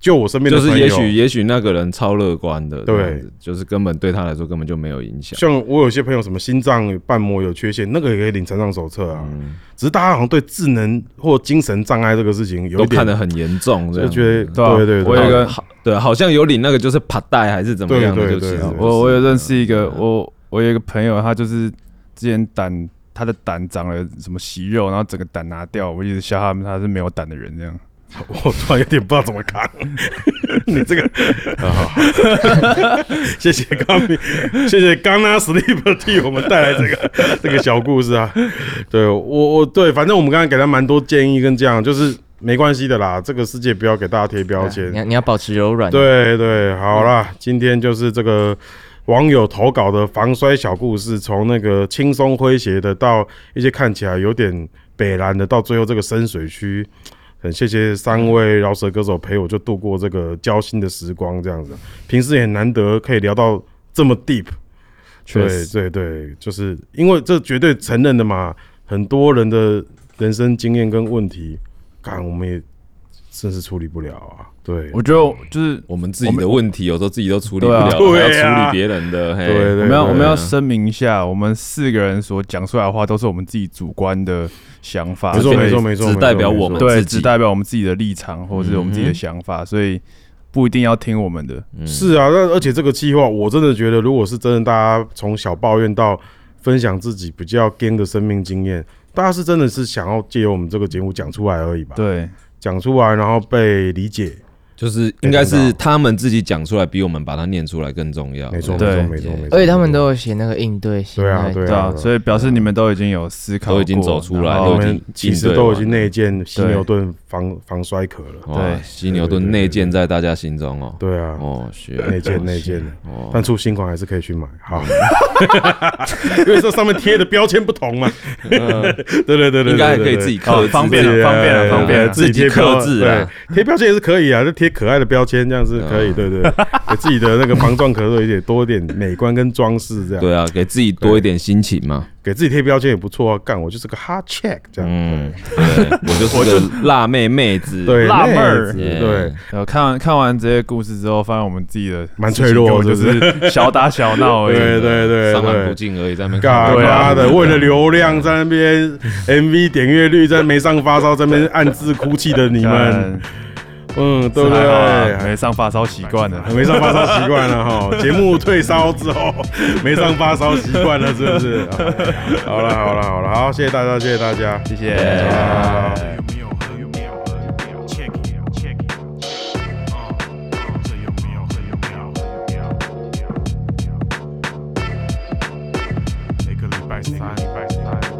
Speaker 2: 就我身边的
Speaker 3: 就是
Speaker 2: 朋
Speaker 3: 也
Speaker 2: 友，
Speaker 3: 许也许那个人超乐观的，
Speaker 2: 对
Speaker 3: 这样子，就是根本对他来说根本就没有影响。
Speaker 2: 像我有些朋友什么心脏瓣膜有缺陷，那个也可以领成长手册啊。
Speaker 3: 嗯
Speaker 2: 只是大家好像对智能或精神障碍这个事情有
Speaker 3: 都
Speaker 2: 一点
Speaker 3: 看得很严重，这
Speaker 2: 就
Speaker 3: 样
Speaker 2: 觉得
Speaker 5: 对啊
Speaker 2: 对对对，
Speaker 5: 我有一个
Speaker 3: 好对，好像有领那个就是帕带还是怎么样的，
Speaker 2: 对
Speaker 3: 就
Speaker 2: 对
Speaker 3: 是
Speaker 2: 对对啊
Speaker 5: 我我有认识一个，我我有一个朋友，他就是之前胆他的胆长了什么息肉，然后整个胆拿掉，我一直笑他们他是没有胆的人这样。
Speaker 2: 我突然有点不知道怎么扛，你这个，啊好好 谢谢刚，谢谢刚拉 sleep 替我们带来这个 这个小故事啊。对我我对，反正我们刚才给他蛮多建议跟这样，就是没关系的啦，这个世界不要给大家贴标签
Speaker 6: 你。要你要保持柔软。
Speaker 2: 对对，好啦，今天就是这个网友投稿的防摔小故事，从那个轻松诙谐的到一些看起来有点北蓝的，到最后这个深水区。很谢谢三位饶舌歌手陪我就度过这个交心的时光，这样子，平时也难得可以聊到这么 deep。
Speaker 3: 确
Speaker 2: 对
Speaker 3: 实
Speaker 2: 对对，就是因为这绝对承认的嘛，很多人的人生经验跟问题，干我们也真是处理不了啊。对，
Speaker 5: 我觉得就是
Speaker 3: 我们自己的问题，有时候自己都处理不
Speaker 5: 对啊
Speaker 3: 了，还要
Speaker 2: 对
Speaker 3: 处
Speaker 2: 啊
Speaker 3: 理别人的。嘿
Speaker 2: 对对
Speaker 5: 我们要我们要
Speaker 3: 对啊
Speaker 5: 声明一下，我们四个人所讲出来的话都是我们自己主观的想法，
Speaker 2: 啊没错
Speaker 5: 所以
Speaker 2: 没错没错，
Speaker 3: 啊只
Speaker 2: 没错
Speaker 3: 代表我
Speaker 2: 没
Speaker 3: 们
Speaker 2: 错
Speaker 5: 对，
Speaker 3: 自己嗯
Speaker 5: 只代表我们自己的立场或者是我们自己的想法，所以不一定要听我们的。
Speaker 2: 是啊，那而且这个计划，我真的觉得，如果是真的，大家从小抱怨到分享自己比较 g 的生命经验，大家是真的是想要借由我们这个节目讲出来而已
Speaker 3: 啊
Speaker 2: 吧？，
Speaker 5: 对，
Speaker 2: 讲出来，然后被理解，
Speaker 3: 就是应该是他们自己讲出来，比我们把它念出来更重要。
Speaker 2: 没错，没
Speaker 5: 对
Speaker 2: 错，没错，没错。
Speaker 6: 而且他们都有写那个应对心
Speaker 2: 对啊，
Speaker 6: 态
Speaker 2: 对
Speaker 5: 对啊
Speaker 2: 啊，，
Speaker 5: 所以表示你们都已经有思考过，
Speaker 3: 都已经走出来
Speaker 5: 然
Speaker 3: 以
Speaker 5: 后
Speaker 2: 我
Speaker 3: 哦都已经
Speaker 2: 们其实都已经内建犀牛盾防防摔壳了。
Speaker 3: 哇，
Speaker 5: 对
Speaker 3: 犀牛顿内建在大家心中哦。
Speaker 2: 对啊，
Speaker 3: 哦，学
Speaker 2: 内建内建的，
Speaker 3: 哦，
Speaker 2: 但出新款还是可以去买。好， 因为这上面贴的标签不同嘛。对对对对，对
Speaker 3: 应该还可以自己啊克
Speaker 5: 哦
Speaker 3: 制，
Speaker 5: 方便了方便了方便了
Speaker 2: 自
Speaker 3: 自
Speaker 2: 己
Speaker 3: 己
Speaker 2: 贴标
Speaker 3: 克制啊，
Speaker 2: 对贴标签也是可以啊，就贴可爱的标签这样是可
Speaker 5: 嗯
Speaker 2: 以，对对，对给自己的那个防撞壳有点多一点美观跟装饰这样，
Speaker 3: 对啊，给自己多一点心情嘛。
Speaker 2: 给自己贴标签也不错啊，干我就是个 hard check 这样，
Speaker 3: 嗯，对，我就是个辣妹妹子。
Speaker 2: 对，
Speaker 5: 辣妹儿
Speaker 2: 那样子
Speaker 3: 耶
Speaker 2: 对，
Speaker 5: 呃，看完看完这些故事之后，发现我们自己的
Speaker 2: 蛮脆弱
Speaker 5: 事情根本就是小打小闹而已。
Speaker 2: 对对对
Speaker 3: 上班不
Speaker 2: 对。
Speaker 3: 进而已，在那边
Speaker 2: 干
Speaker 3: 看
Speaker 5: 对啊
Speaker 2: 妈的，为了流量在那边 MV 点阅率在没上发烧，在那边暗自哭泣的你们，
Speaker 5: 看，
Speaker 2: 嗯，对
Speaker 5: 是
Speaker 2: 不
Speaker 5: 还好啊
Speaker 2: 对？
Speaker 5: 没上发烧习惯了。
Speaker 2: 没上发烧习惯了哈，节目退烧之后没上发烧习惯了，是不是？哎好了好了好了，好，谢谢大家，谢谢大家。
Speaker 5: 谢谢。
Speaker 3: 啊
Speaker 2: Yeah.
Speaker 8: Check it out, check it out. Uh, uh, to your meal, to your meal, to your meal, to your meal. 每个礼拜三，每个礼拜三。